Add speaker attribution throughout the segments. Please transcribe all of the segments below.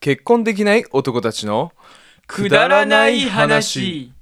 Speaker 1: 結婚できない男たちの
Speaker 2: くだらない話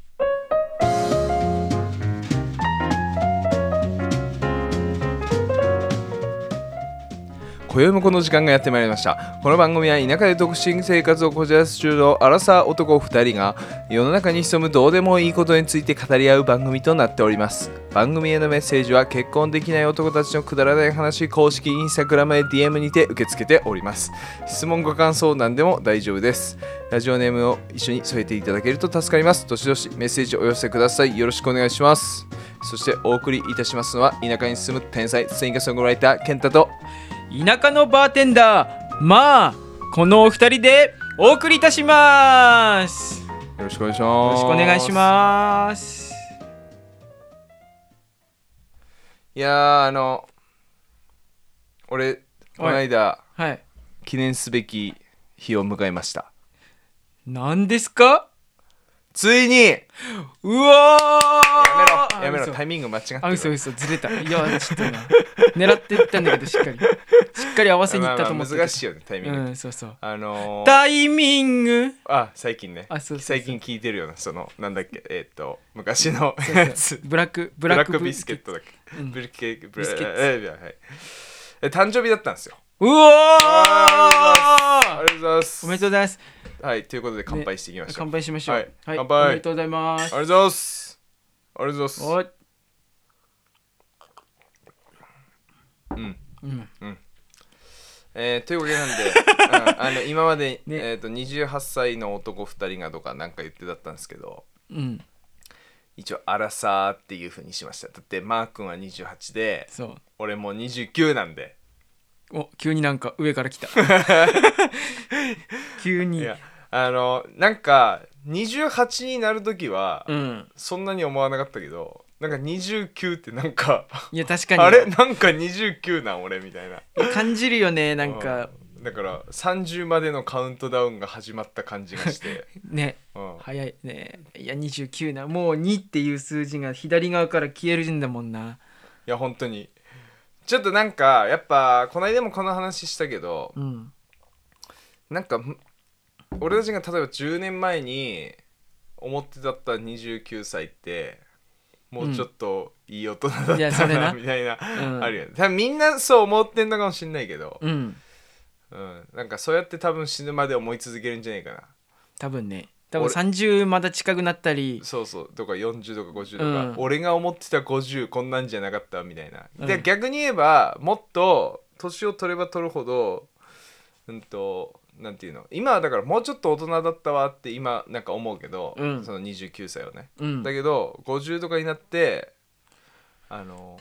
Speaker 1: 今宵もこの時間がやってまいりましたこの番組は田舎で独身生活をこじらせ中のアラサー男2人が世の中に潜むどうでもいいことについて語り合う番組となっております番組へのメッセージは結婚できない男たちのくだらない話公式インスタグラムへ DM にて受け付けております質問ご感想なんでも大丈夫ですラジオネームを一緒に添えていただけると助かりますどしどしメッセージをお寄せくださいよろしくお願いしますそしてお送りいたしますのは田舎に住む天才スインガーソングライター健太と
Speaker 2: 田舎のバーテンダーまあこのお二人でお送りいたしますよ
Speaker 1: よろしくお願いし
Speaker 2: ろ
Speaker 1: ま
Speaker 2: し
Speaker 1: す。
Speaker 2: くお願いします
Speaker 1: いやー、あの、俺、この間、
Speaker 2: はい
Speaker 1: 記念すべき日を迎えました。
Speaker 2: 何ですか
Speaker 1: ついにや
Speaker 2: うわー
Speaker 1: めろ、やめろ、
Speaker 2: あ嘘
Speaker 1: タイミング間違ってる
Speaker 2: あ嘘嘘ずれたいやちょっとな狙っていったんだけどしっかりしっかり合わせにいったと思って
Speaker 1: まあまあ難しいよね、タイミング。
Speaker 2: うんそうそう
Speaker 1: あのー、
Speaker 2: タイミング
Speaker 1: あ、最近ね。
Speaker 2: あそうそうそう
Speaker 1: 最近聞いてるような、その、なんだっけ、えーっと、昔のやつ。
Speaker 2: ブラックブ
Speaker 1: ブ
Speaker 2: ラ
Speaker 1: ラ
Speaker 2: ッ
Speaker 1: ッ
Speaker 2: ク
Speaker 1: クビスケットだっけ。
Speaker 2: うん
Speaker 1: ブラックブ
Speaker 2: ビ
Speaker 1: ラ
Speaker 2: スケッツ
Speaker 1: えーはいえ誕生日だったんですよ。
Speaker 2: うおー
Speaker 1: ありがとうございます。
Speaker 2: おめでとうございます
Speaker 1: はい、ということで乾杯していきましょう。
Speaker 2: 乾杯しましょう
Speaker 1: はい乾杯
Speaker 2: おめでとうございます
Speaker 1: ありがとうございます。ありがとうございま
Speaker 2: おい
Speaker 1: うん
Speaker 2: うん
Speaker 1: す。えー、というわけ なんで、うんあの今まで、
Speaker 2: ね
Speaker 1: えー、と28歳の男2人がとかなんか言ってだったんですけど、
Speaker 2: うん
Speaker 1: 一応、アラサーっていうふうにしました。だって、マー君は28で、
Speaker 2: そう
Speaker 1: 俺もう29なんで。
Speaker 2: お急になんか上か ら来た急
Speaker 1: い
Speaker 2: に
Speaker 1: や、あの、なんか、28になる時は、
Speaker 2: うん
Speaker 1: そんなに思わなかったけど、なんか29ってなんか、
Speaker 2: いや確かに
Speaker 1: あれなんか29なん俺みたいな。
Speaker 2: 感じるよねなんか
Speaker 1: うんだから30までのカウントダウンが始まった感じが して、
Speaker 2: ね
Speaker 1: うん
Speaker 2: 早いねいや29なもう2っていう数字が左側から消えるんだもんない
Speaker 1: や本当にちょっとなんかやっぱこの間もこの話したけど
Speaker 2: うん
Speaker 1: なんかむ俺たちが例えば10年前に思ってたった29歳ってもうちょっといい大人だった
Speaker 2: いやそれ
Speaker 1: な、
Speaker 2: な
Speaker 1: みたいな、
Speaker 2: うん
Speaker 1: あるよね多分みんなそう思ってんのかもしんないけど、
Speaker 2: うん
Speaker 1: うん、なんかそうやって多分死ぬまで思い続けるんじゃないかな
Speaker 2: 多分ね多分
Speaker 1: 俺
Speaker 2: 30まだ近くなったり
Speaker 1: そうそうとか40とか50とか、
Speaker 2: うん
Speaker 1: 俺が思ってた50こんなんじゃなかったみたいな、
Speaker 2: う
Speaker 1: で
Speaker 2: ん
Speaker 1: 逆に言えばもっと年を取れば取るほどうんとなんていうの今はだからもうちょっと大人だったわって今なんか思うけど、
Speaker 2: うん
Speaker 1: その29歳はね、
Speaker 2: うん
Speaker 1: だけど50とかになってあの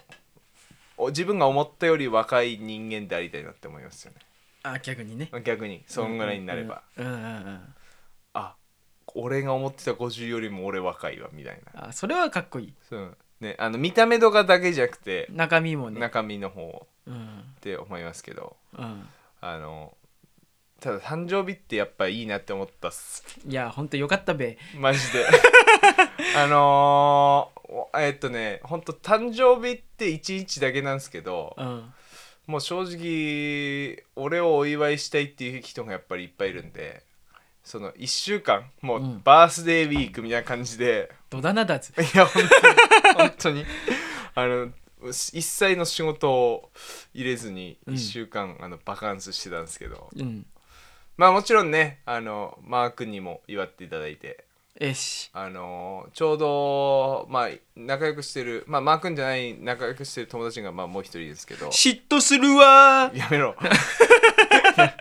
Speaker 1: お自分が思ったより若い人間でありたいなって思いますよね
Speaker 2: あ逆にね
Speaker 1: 逆にそんぐらいになれば、
Speaker 2: うんうんうんうん
Speaker 1: あ俺が思ってた50よりも俺若いわみたいな
Speaker 2: あそれはかっこいい
Speaker 1: そうね、あの見た目とかだけじゃなくて
Speaker 2: 中身もね
Speaker 1: 中身の方
Speaker 2: うん
Speaker 1: って思いますけど
Speaker 2: うん
Speaker 1: あのただ誕生日ってやっぱいいなって思ったっす
Speaker 2: いやほんとよかったべ
Speaker 1: マジ であのーおえっとねほんと誕生日って1日だけなんですけど
Speaker 2: うん
Speaker 1: もう正直俺をお祝いしたいっていう人がやっぱりいっぱいいるんでその1週間も
Speaker 2: うん
Speaker 1: うバースデーウィークみたいな感じで、
Speaker 2: ドダナダズ
Speaker 1: いや本当に本当にあの一切の仕事を入れずに
Speaker 2: うん
Speaker 1: 1週間、あのバカンスしてたんですけど
Speaker 2: うん
Speaker 1: まあもちろんねあのマー君にも祝っていただいて
Speaker 2: えし
Speaker 1: あのちょうどまあ仲良くしてるまあマー君じゃない仲良くしてる友達がまあもう一人です けど
Speaker 2: 嫉妬するわー
Speaker 1: やめろ だか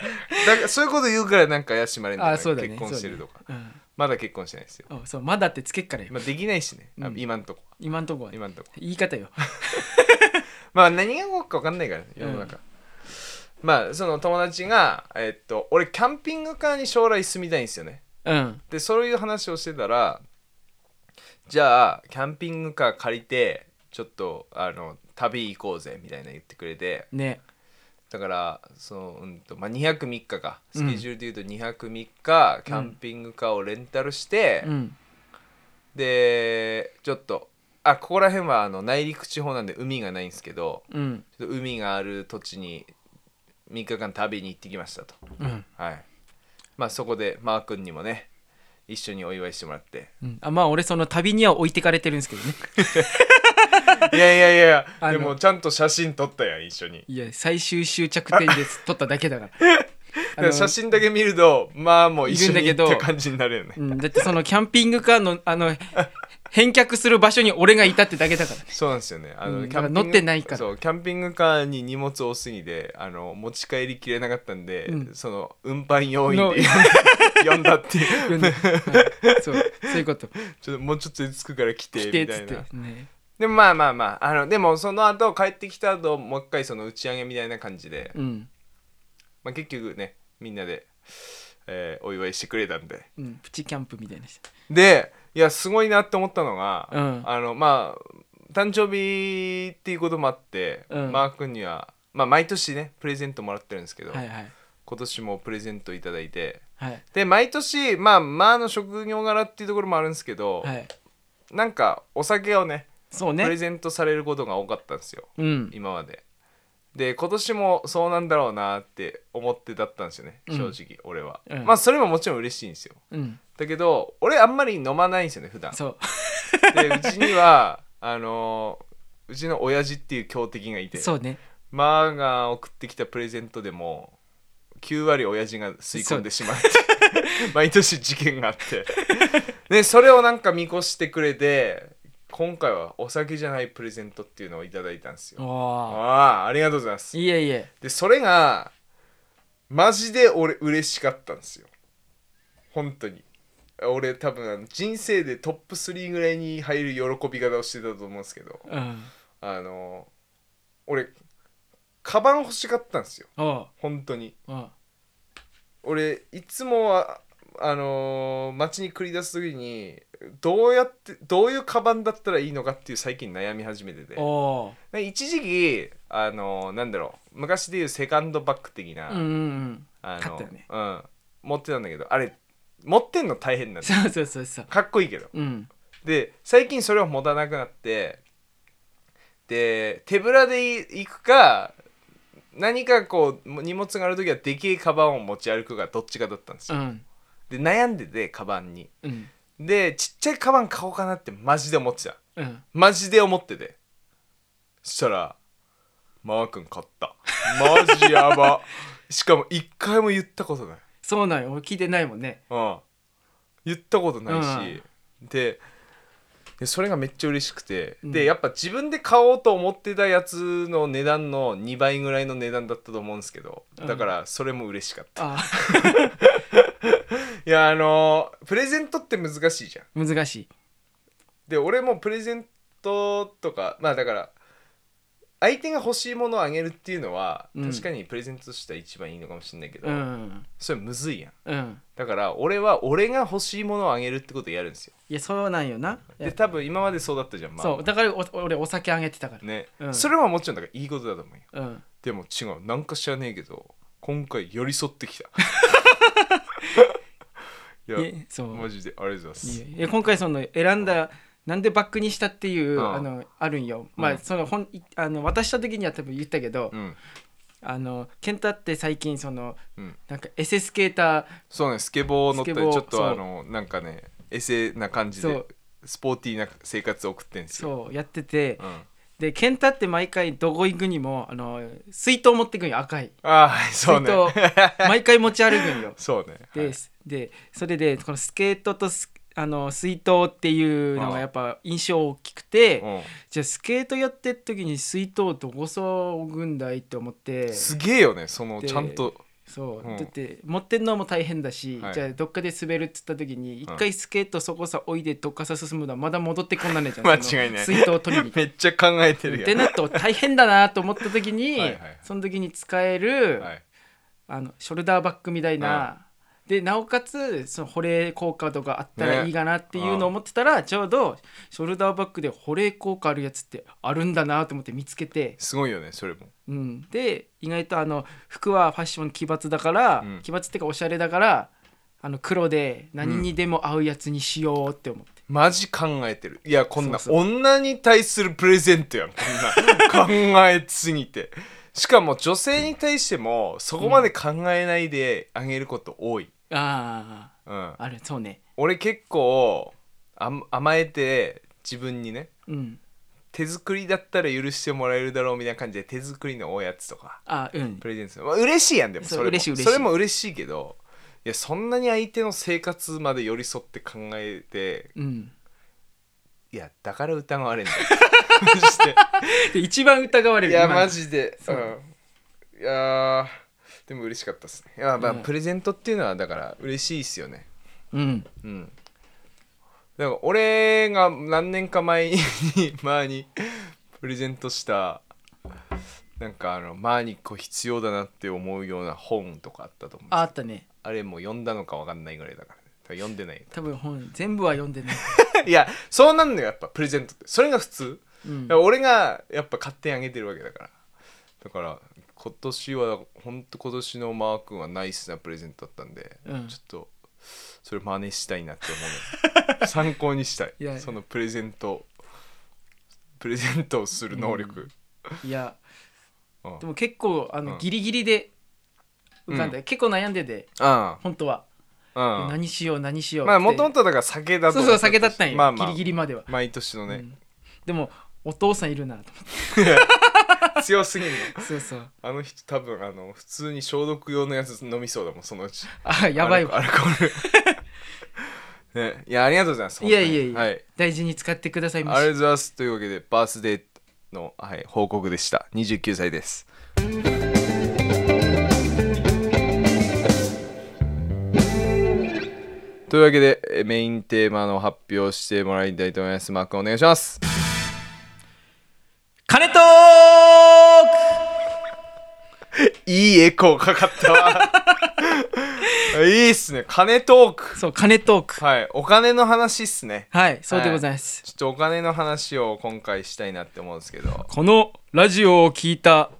Speaker 1: らそういうこと言うからなんか怪しまれるんだよ
Speaker 2: あそうだね
Speaker 1: 結婚してるとか、
Speaker 2: そうだね
Speaker 1: まだ結婚してないですよ、
Speaker 2: うんあそうまだってつけっからよ
Speaker 1: まあ、できないしね、あ
Speaker 2: うん
Speaker 1: 今んとこ
Speaker 2: 今んとこは
Speaker 1: 今んとこ
Speaker 2: 言い方よ
Speaker 1: まあ何が起こるか分かんないからね世の中、まあその友達がえっと俺キャンピングカーに将来住みたいんですよね
Speaker 2: うん
Speaker 1: でそういう話をしてたらじゃあキャンピングカー借りてちょっとあの旅行こうぜみたいな言ってくれて
Speaker 2: ね
Speaker 1: だからその、うんとまあ、2泊3日かスケジュールで言うと2泊3日、キャンピングカーをレンタルして、
Speaker 2: うん
Speaker 1: でちょっとあここら辺はあの内陸地方なんで海がないんですけど、
Speaker 2: うん
Speaker 1: ちょっと海がある土地に3日間旅に行ってきましたと。
Speaker 2: うん
Speaker 1: はい、まあそこでマー君にもね一緒にお祝いしてもらって
Speaker 2: うん、あまあ俺その旅には置いてかれてるんですけどね
Speaker 1: いやいやいやいや
Speaker 2: あ
Speaker 1: で
Speaker 2: の
Speaker 1: もちゃんと写真撮ったやん一緒に
Speaker 2: いや最終終着点です撮っただけだから
Speaker 1: だから写真だけ見るとまあもう一緒に
Speaker 2: いるんだ
Speaker 1: 行
Speaker 2: けど
Speaker 1: った感じになるよね
Speaker 2: うん、だってそのキャンピングカーのあの返却する場所に俺がいたってだけだからね
Speaker 1: そうなんですよねあの、
Speaker 2: う
Speaker 1: キャンピン
Speaker 2: ん
Speaker 1: グ
Speaker 2: だから乗ってないから
Speaker 1: そうキャンピングカーに荷物多すぎてあの持ち帰りきれなかったんで、
Speaker 2: うん
Speaker 1: その運搬要員
Speaker 2: の
Speaker 1: で 呼んだっていう
Speaker 2: 呼んではいそうそうい うこと
Speaker 1: ちょっともうちょっと着くから来て
Speaker 2: 来
Speaker 1: み
Speaker 2: てっつ
Speaker 1: た
Speaker 2: っ
Speaker 1: い
Speaker 2: て
Speaker 1: な
Speaker 2: ね
Speaker 1: でもまあまあまああのでもその後帰ってきた後もう一回その打ち上げみたいな感じで、
Speaker 2: うん、
Speaker 1: まあ、結局ねみんなで、えーお祝いしてくれたんで
Speaker 2: うん、プチキャンプみたいな人
Speaker 1: でいやすごいなって思ったのが、
Speaker 2: うん
Speaker 1: あのまあ誕生日っていうこともあって、
Speaker 2: うん
Speaker 1: マー君には、まあ、毎年ねプレゼントもらってるんですけど、
Speaker 2: はいはい
Speaker 1: 今年もプレゼントいただいて
Speaker 2: はい
Speaker 1: で毎年まあまあの職業柄っていうところもあるんですけど、
Speaker 2: はい
Speaker 1: なんかお酒をね
Speaker 2: そう
Speaker 1: プレ
Speaker 2: ね
Speaker 1: ゼントされることが多かったんですよ
Speaker 2: うん
Speaker 1: 今までで今年もそうなんだろうなって思ってだったんですよね
Speaker 2: うん
Speaker 1: 正直、俺は、
Speaker 2: うん
Speaker 1: まあそれももちろん嬉しいんですよ
Speaker 2: うん
Speaker 1: だけど俺あんまり飲まないんですよね普段
Speaker 2: そう
Speaker 1: でうちにはあのうちの親父っていう強敵がいて
Speaker 2: そうね
Speaker 1: マーが送ってきたプレゼントでも9割親父が吸い込んでしまって 毎年事件があってでそれをなんか見越してくれて今回はお酒じゃないプレゼントっていうのをいただいたんですよ
Speaker 2: お
Speaker 1: ああありがとうございます
Speaker 2: ーいえいえ
Speaker 1: でそれがマジで俺嬉しかったんですよ本当に俺多分あの人生でトップ3ぐらいに入る喜び方をしてたと思うんですけど
Speaker 2: うん
Speaker 1: あの俺カバン欲しかったんですよ
Speaker 2: おー
Speaker 1: 本当に
Speaker 2: おー
Speaker 1: 俺いつもはあのー街に繰り出す時にどうやってどういうカバンだったらいいのかっていう最近悩み始めてて
Speaker 2: おー
Speaker 1: で一時期あのーなんだろう昔でいうセカンドバッグ的な、
Speaker 2: うんうんうん
Speaker 1: あ
Speaker 2: 買
Speaker 1: の
Speaker 2: ったよね
Speaker 1: うん、持ってたんだけどあれ持ってんの大変なんだ
Speaker 2: そうそうそうそう
Speaker 1: かっこいいけど
Speaker 2: うん
Speaker 1: で最近それを持たなくなってで手ぶらで行くか何かこう荷物がある時はでけえカバンを持ち歩くかどっちかだったんです
Speaker 2: う
Speaker 1: よ、
Speaker 2: ん
Speaker 1: で悩んでてカバンに
Speaker 2: うん
Speaker 1: でちっちゃいカバン買おうかなってマジで思ってた
Speaker 2: うん
Speaker 1: マジで思っててそしたらマー君買ったマジや ばしかも一回も言ったことない
Speaker 2: そうなんよ俺聞いてないもんね
Speaker 1: うん、言ったことないし、ででそれがめっちゃ嬉しくて、
Speaker 2: うん
Speaker 1: でやっぱ自分で買おうと思ってたやつの値段の2倍ぐらいの値段だったと思うんですけど
Speaker 2: うん
Speaker 1: だからそれも嬉しかった、
Speaker 2: あ
Speaker 1: いやあのープレゼントって難しいじゃん
Speaker 2: ー 難しい
Speaker 1: で俺もプレゼントとかまあだから相手が欲しいものをあげるっていうのは、
Speaker 2: うん
Speaker 1: 確かにプレゼントとしては一番いいのかもしれないけど、
Speaker 2: うん
Speaker 1: それむずいやん
Speaker 2: うん
Speaker 1: だから俺は俺が欲しいものをあげるってことをやるんですよ
Speaker 2: いやそうなんよな
Speaker 1: で多分今までそうだったじゃん、まあ、
Speaker 2: そうだからお俺お酒あげてたから
Speaker 1: ね、
Speaker 2: うん
Speaker 1: それはもちろんだからいいことだと思うよ
Speaker 2: うん
Speaker 1: でも違うなんか知らねえけど今回寄り添って きたいや
Speaker 2: えそう
Speaker 1: マジでありがとうございます
Speaker 2: いや今回その選んだなんでバックにしたってい
Speaker 1: う
Speaker 2: う、
Speaker 1: ん
Speaker 2: あのあるんよ、
Speaker 1: う
Speaker 2: ま
Speaker 1: ん
Speaker 2: あその本いあの渡した時には多分言ったけど、
Speaker 1: うん
Speaker 2: あの健太って最近その
Speaker 1: うん
Speaker 2: なんかエセスケーター
Speaker 1: そうねスケボー乗ったり
Speaker 2: スケボー
Speaker 1: ちょっ
Speaker 2: そ
Speaker 1: と
Speaker 2: う
Speaker 1: あのなんかねエセな感じ
Speaker 2: そ
Speaker 1: で
Speaker 2: う
Speaker 1: スポーティーな生活を送ってんですよ
Speaker 2: そうやってて、
Speaker 1: うん、あ
Speaker 2: で健太って毎回どこ行くにもあの水筒持ってくんよ赤い
Speaker 1: あーそうね
Speaker 2: 水毎回持ち歩くんよ
Speaker 1: そうね
Speaker 2: で,、
Speaker 1: はい
Speaker 2: でそれでこのスケートとスあの水筒っていうのがやっぱ印象大きくて、じゃあスケートやってる時に水筒どこそ置くんだいって思っ
Speaker 1: う
Speaker 2: て
Speaker 1: ん、すげえよねその
Speaker 2: で
Speaker 1: ちゃんと
Speaker 2: そう、
Speaker 1: うん
Speaker 2: だって持ってんのも大変だし、
Speaker 1: はい
Speaker 2: じゃあどっかで滑るっつった時に一
Speaker 1: ん
Speaker 2: 回スケートそこさおいでどっかさ進むのはまだ戻ってこんなんねえじゃん
Speaker 1: 間違いない
Speaker 2: その水筒を取りに
Speaker 1: めっちゃ考えてる
Speaker 2: っ
Speaker 1: や
Speaker 2: て
Speaker 1: ん
Speaker 2: なると大変だなと思った時に
Speaker 1: はいはい
Speaker 2: その時に使える、
Speaker 1: はい
Speaker 2: あのショルダーバッグみたいな、でなおかつその保冷効果とかあったら
Speaker 1: ね
Speaker 2: いいかなっていうのを思ってたら、ちょうどショルダーバッグで保冷効果あるやつってあるんだなと思って見つけて、
Speaker 1: すごいよねそれも
Speaker 2: うん、で意外とあの服はファッション奇抜だから、
Speaker 1: うん
Speaker 2: 奇抜っていうかおしゃれだからあの黒で何にでも合うやつにしようって思って、
Speaker 1: マジ考えてるいやこんな
Speaker 2: そうそ
Speaker 1: 女に対するプレゼントやんこんな考えすぎてしかも女性に対してもそこまで考えないであげること多い、
Speaker 2: あ
Speaker 1: うん
Speaker 2: あ、あるそうね
Speaker 1: 俺結構あん甘えて自分にね
Speaker 2: うん
Speaker 1: 手作りだったら許してもらえるだろうみたいな感じで手作りのおやつとか
Speaker 2: あうん
Speaker 1: プレゼント、まあ、嬉しいやんでも
Speaker 2: そう
Speaker 1: それも
Speaker 2: 嬉しい嬉しい
Speaker 1: それも嬉しいけどいやそんなに相手の生活まで寄り添って考えて
Speaker 2: うん
Speaker 1: いやだから疑われんだよマジで
Speaker 2: で一番疑われ
Speaker 1: い
Speaker 2: る
Speaker 1: や
Speaker 2: 今の
Speaker 1: マジでう
Speaker 2: そうん
Speaker 1: いやーでも嬉しかったですねいやまあ、
Speaker 2: うん
Speaker 1: プレゼントっていうのはだから嬉しいっすよね
Speaker 2: うん
Speaker 1: うんだから俺が何年か前に前に プレゼントしたなんかあの前にこう必要だなって思うような本とかあったと思う
Speaker 2: ああったね
Speaker 1: あれもう読んだのか分かんないぐらいだから、ね、多分読んでないよ
Speaker 2: 多分本全部は読んでない、
Speaker 1: いやそうなんのよやっぱプレゼントってそれが普通
Speaker 2: うん
Speaker 1: だか、ら俺がやっぱ勝手にあげてるわけだからだから今年は本当今年のマー君はナイスなプレゼントだったんで、
Speaker 2: うん
Speaker 1: ちょっとそれ真似したいなって思う の参考にしたい
Speaker 2: いやいや
Speaker 1: そのプレゼントプレゼントをする能力、
Speaker 2: いや
Speaker 1: うん
Speaker 2: でも結構あの、
Speaker 1: うん
Speaker 2: ギリギリで浮かんだ、結構悩んでて
Speaker 1: あ
Speaker 2: 本当は、
Speaker 1: あうん
Speaker 2: 何しよう何しよう
Speaker 1: まあもとも
Speaker 2: と
Speaker 1: とだから酒だと
Speaker 2: そうそう酒だったんよ、
Speaker 1: まあまあ
Speaker 2: ギリギリまでは、
Speaker 1: 毎年の
Speaker 2: う
Speaker 1: ね、
Speaker 2: んでもお父さんいるなと思っ
Speaker 1: 強すぎるの
Speaker 2: てそうそう
Speaker 1: あの人多分あの普通に消毒用のやつ飲みそうだもんそのうち
Speaker 2: あやばいわ
Speaker 1: アルコアルコールねいやありがとうございます
Speaker 2: いやいやいや
Speaker 1: はい、あり
Speaker 2: 大事に使ってください
Speaker 1: がとうございますというわけでバースデーの、はい、報告でした29歳ですというわけでえメインテーマの発表をしてもらいたいと思いますマークお願いします
Speaker 2: 金トー
Speaker 1: いいエコーかかったわいいっすね金トーク
Speaker 2: クそう金トーク
Speaker 1: はいお金の話っすね
Speaker 2: はいそうでございます、
Speaker 1: ちょっとお金の話を今回したいなって思うんですけど
Speaker 2: このラジオを聞いた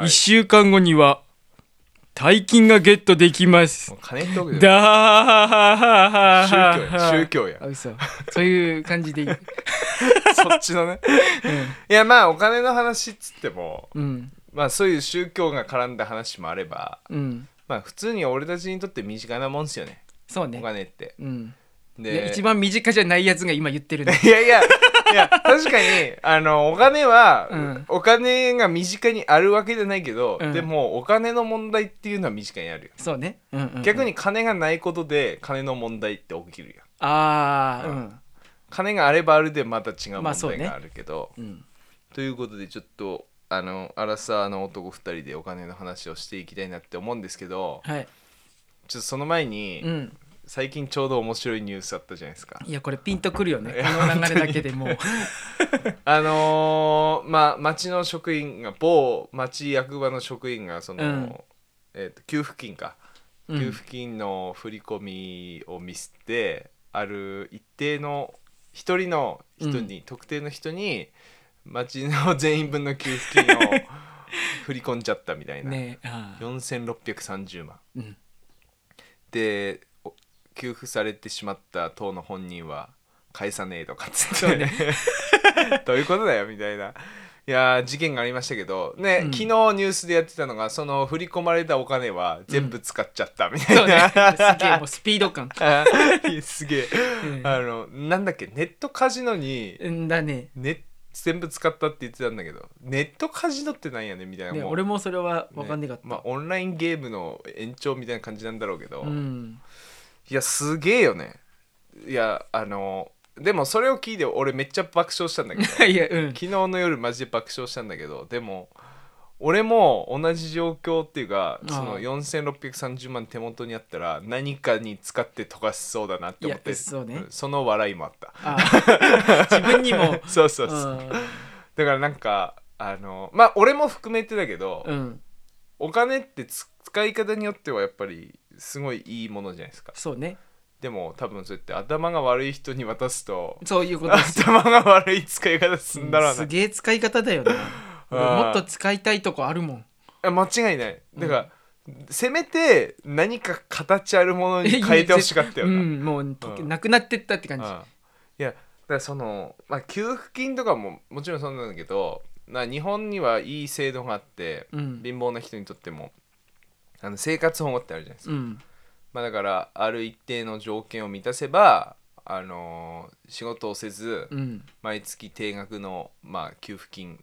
Speaker 1: い
Speaker 2: 1週間後には大金がゲットできます
Speaker 1: もう金トークで
Speaker 2: だー
Speaker 1: 宗教や宗教や
Speaker 2: あ嘘そういう感じでいい
Speaker 1: そっち のね、いやまあお金の話っつっても
Speaker 2: うん
Speaker 1: まあそういう宗教が絡んだ話もあれば
Speaker 2: うん
Speaker 1: まあ普通に俺たちにとって身近なもんですよね
Speaker 2: そう
Speaker 1: お
Speaker 2: ね
Speaker 1: 金って
Speaker 2: うんいや
Speaker 1: で
Speaker 2: 一番身近じゃないやつが今言ってるね
Speaker 1: いやいやいや確かにあのお金は、
Speaker 2: うん
Speaker 1: お金が身近にあるわけじゃないけど、
Speaker 2: うん
Speaker 1: でもお金の問題っていうのは身近にあるよ
Speaker 2: そうね、うんうんうん
Speaker 1: 逆に金がないことで金の問題って起きるよ
Speaker 2: ああ
Speaker 1: 金があればあるでまた違う
Speaker 2: ま
Speaker 1: 問
Speaker 2: あそう
Speaker 1: 題
Speaker 2: ね
Speaker 1: があるけど、
Speaker 2: うん、うん、
Speaker 1: ということでちょっとあのアラサーの男2人でお金の話をしていきたいなって思うんですけど
Speaker 2: はい
Speaker 1: ちょっとその前に、
Speaker 2: うん
Speaker 1: 最近ちょうど面白いニュースあったじゃないですか
Speaker 2: いやこれピンとくるよね
Speaker 1: いや
Speaker 2: この流れだけでもう
Speaker 1: あのーまあ町の職員が某町役場の職員がその、
Speaker 2: うん
Speaker 1: えーと給付金か
Speaker 2: うん
Speaker 1: 給付金の振り込みをミスって、ある一定の一人の人に、特定の人に町の全員分の給付金を振り込んじゃったみたいな、
Speaker 2: ねあー
Speaker 1: 4630万
Speaker 2: うん
Speaker 1: でお給付されてしまった党の本人は返さねえとかっつっ
Speaker 2: そう
Speaker 1: て、
Speaker 2: ね
Speaker 1: どういうことだよみたいないやー事件がありましたけどね、
Speaker 2: うん
Speaker 1: 昨日ニュースでやってたのがその振り込まれたお金は全部使っちゃったみたい
Speaker 2: そうね
Speaker 1: な、
Speaker 2: すげえもうスピード感
Speaker 1: あいや すげえ、
Speaker 2: うん
Speaker 1: あのなんだっけネットカジノに
Speaker 2: うんだね
Speaker 1: ね全部使ったって言ってたんだけどネットカジノってなんやねんみたいな、
Speaker 2: ね
Speaker 1: もう
Speaker 2: 俺もそれは分かんなかった、
Speaker 1: ねまあ、オンラインゲームの延長みたいな感じなんだろうけど、
Speaker 2: うん
Speaker 1: いやすげえよねいやあのでもそれを聞いて俺めっちゃ爆笑したんだけど昨
Speaker 2: いや うん
Speaker 1: 日の夜マジで爆笑したんだけどでも俺も同じ状況っていうか
Speaker 2: あー
Speaker 1: その4630万手元にあったら何かに使って溶かしそうだなって思っ
Speaker 2: い
Speaker 1: て
Speaker 2: やそうね
Speaker 1: んその笑いもあった
Speaker 2: あ 自分にも
Speaker 1: そうそうそう、だからなんかあのまあ俺も含めてだけど、
Speaker 2: うん、うん、
Speaker 1: お金ってつ使い方によってはやっぱりすごいいいものじゃないですか
Speaker 2: そうね
Speaker 1: でも多分そうやって頭が悪い人に渡すと
Speaker 2: そういうことです
Speaker 1: 頭が悪い使い方すんだろう な
Speaker 2: すげえ使い方だよね
Speaker 1: あー
Speaker 2: もっと使いたいとこあるもん
Speaker 1: あ間違いないだから、せめて何か形あるもの に変えてほしかったよ
Speaker 2: う
Speaker 1: な、
Speaker 2: んもうとけ
Speaker 1: うん
Speaker 2: なくなってったって感じ
Speaker 1: ああいやだからその、まあ、給付金とかももちろんそうなんだけどな日本にはいい制度があって、
Speaker 2: うん
Speaker 1: 貧乏な人にとってもあの生活保護ってあるじゃないですか、
Speaker 2: うん
Speaker 1: まあ、だからある一定の条件を満たせば、あのー仕事をせず
Speaker 2: うん
Speaker 1: 毎月定額の、まあ、給付金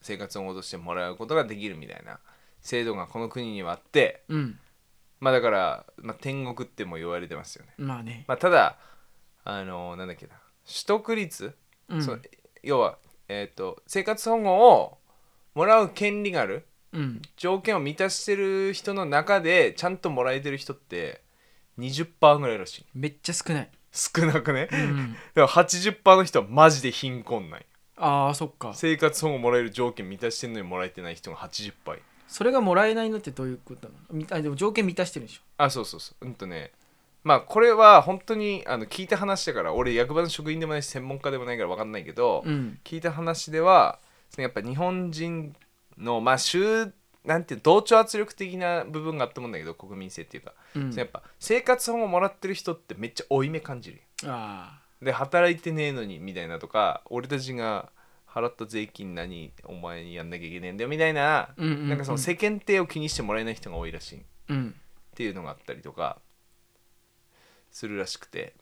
Speaker 1: 生活保護としてもらうことができるみたいな制度がこの国にはあって
Speaker 2: うん
Speaker 1: まあだから、まあ、天国っても言われてますよね。
Speaker 2: まあね、
Speaker 1: まあ、ただあのーなんだっけな取得率、
Speaker 2: うん、
Speaker 1: その要は、えー、と生活保護をもらう権利がある
Speaker 2: うん
Speaker 1: 条件を満たしてる人の中でちゃんともらえてる人って20%ぐらいらしい
Speaker 2: めっちゃ少ない、
Speaker 1: 少なくね、
Speaker 2: うん、
Speaker 1: でも80%の人はマジで貧困ない
Speaker 2: あーそっか
Speaker 1: 生活保護もらえる条件満たしてんのにもらえてない人が80倍
Speaker 2: それがもらえないのってどういうことなのみあでも条件満たしてるんでしょ
Speaker 1: あそうそうそううんとねまあこれは本当にあの聞いた話だから俺役場の職員でもないし専門家でもないから分かんないけど、
Speaker 2: うん
Speaker 1: 聞いた話ではそのやっぱ日本人のまあ集なんていうの同調圧力的な部分があったもんだけど国民性っていうか、
Speaker 2: うん
Speaker 1: そのやっぱ生活保護もらってる人ってめっちゃ負い目感じるよ
Speaker 2: あ
Speaker 1: で働いてねえのにみたいなとか俺たちが払った税金何お前にやんなきゃいけねえんだよみたいな、
Speaker 2: うんうんうん
Speaker 1: なんかその世間体を気にしてもらえない人が多いらしいっ
Speaker 2: ーうん
Speaker 1: ていうのがあったりとかするらしくて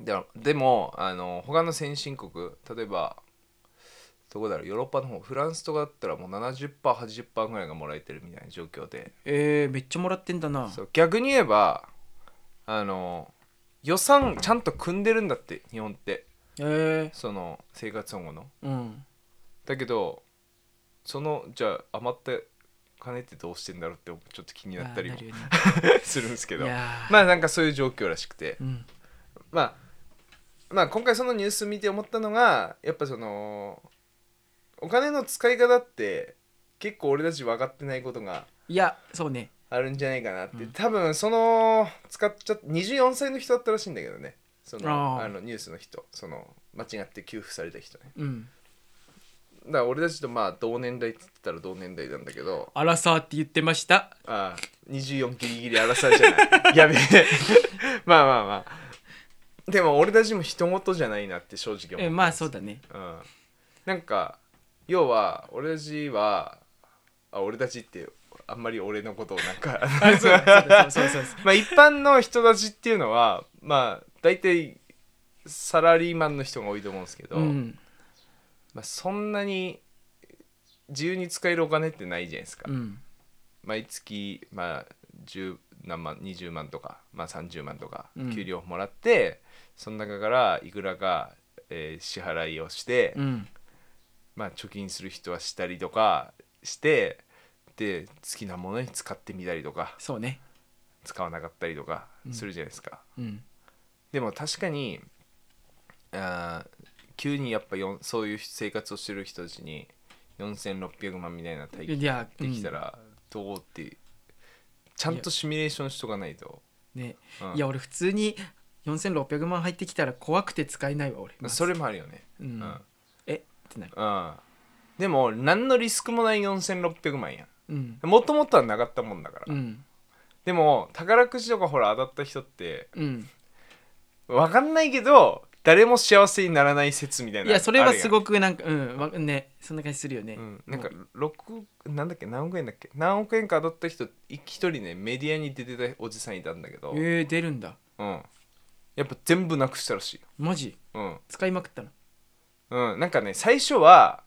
Speaker 1: ででもあの他の先進国例えばどこだろうヨーロッパの方フランスとかだったらもう 70%80% ぐらいがもらえてるみたいな状況で
Speaker 2: えー、めっちゃもらってんだな
Speaker 1: そう逆に言えばあの予算ちゃんと組んでるんだって日本って
Speaker 2: え
Speaker 1: その生活保護の
Speaker 2: ー、うん
Speaker 1: だけどそのじゃあ余った金ってどうしてんだろうってちょっと気になったり
Speaker 2: あ
Speaker 1: も
Speaker 2: ーなるよね
Speaker 1: するんですけど
Speaker 2: いやー
Speaker 1: まあなんかそういう状況らしくて
Speaker 2: うん
Speaker 1: まあまあ今回そのニュース見て思ったのがやっぱそのお金の使い方って結構俺たち分かってないことが
Speaker 2: いやそうね
Speaker 1: あるんじゃないかなって、
Speaker 2: うん
Speaker 1: 多分その使っちゃっ24歳の人だったらしいんだけどねその
Speaker 2: あー
Speaker 1: あのニュースの人その間違って給付された人ね
Speaker 2: うん
Speaker 1: だから俺たちとまあ同年代って言ったら同年代なんだけど
Speaker 2: アラサーって言ってました
Speaker 1: ああ24ギリギリ争いじゃない やべえ まあまあまあでも俺たちも人事じゃないなって正直思
Speaker 2: え
Speaker 1: う、
Speaker 2: まあそうだね
Speaker 1: うん、なんか要は俺たちはあ俺たちってあんまり俺のことをなんか
Speaker 2: あそうだそうだそうだそうだそう
Speaker 1: まあ一般の人たちっていうのはまあ大体サラリーマンの人が多いと思うんですけど、
Speaker 2: だうん
Speaker 1: まあ、そんなに自由に使えるお金ってないじゃないですか、
Speaker 2: うん
Speaker 1: 毎月、まあ、10何万20万とか、まあ、30万とか
Speaker 2: うん
Speaker 1: 給料もらって、その中からいくらか、えー支払いをして、
Speaker 2: うん
Speaker 1: まあ、貯金する人はしたりとかしてで好きなものに使ってみたりとか
Speaker 2: そうね
Speaker 1: 使わなかったりとか
Speaker 2: うん
Speaker 1: するじゃないですか。
Speaker 2: うん
Speaker 1: でも確かにあー急にやっぱよんそういう生活をしてる人たちに4600万みたいな大金
Speaker 2: いや
Speaker 1: できたらどうって、ちゃんとシミュレーションしとかないと、
Speaker 2: ね
Speaker 1: うん
Speaker 2: いや俺普通に4600万入ってきたら怖くて使えないわ俺まず
Speaker 1: それもあるよね
Speaker 2: う
Speaker 1: うんん、うん
Speaker 2: えってなる
Speaker 1: でも何のリスクもない4600万や
Speaker 2: うん
Speaker 1: もともとはなかったもんだから、
Speaker 2: うん
Speaker 1: でも宝くじとかほら当たった人って
Speaker 2: うん
Speaker 1: 分かんないけど誰も幸せにならない説みたいない
Speaker 2: やそれはす
Speaker 1: い、
Speaker 2: ごくなんかうんわねそんな感じするよね
Speaker 1: うん、なんか六なんだっけ何億円だっけ何億円か当たった人い一人ねメディアに出てたおじさんいたんだけど、
Speaker 2: えー、出るんだ
Speaker 1: うん、やっぱ全部なくしたらしいよ
Speaker 2: マジ
Speaker 1: うん
Speaker 2: 使いまくったの
Speaker 1: うん、なんかね最初は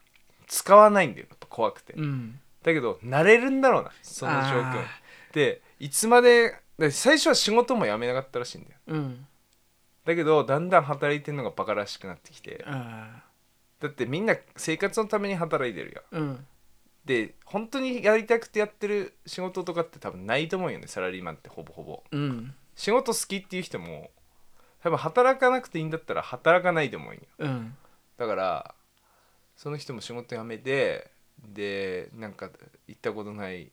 Speaker 1: 使わないんだよやっぱ怖くて、
Speaker 2: うん
Speaker 1: だけど慣れるんだろうなその状況に
Speaker 2: あ
Speaker 1: でいつまでで最初は仕事も辞めなかったらしいんだよ
Speaker 2: ーうん
Speaker 1: だけどだんだん働いてるのがバカらしくなってきて
Speaker 2: あ
Speaker 1: だってみんな生活のために働いてるよ
Speaker 2: ーうん
Speaker 1: で本当にやりたくてやってる仕事とかって多分ないと思うよねサラリーマンってほぼほぼ
Speaker 2: うん
Speaker 1: 仕事好きっていう人も多分働かなくていいんだったら働かないと思うんよ
Speaker 2: うん
Speaker 1: だからその人も仕事辞めてでなんか行ったことない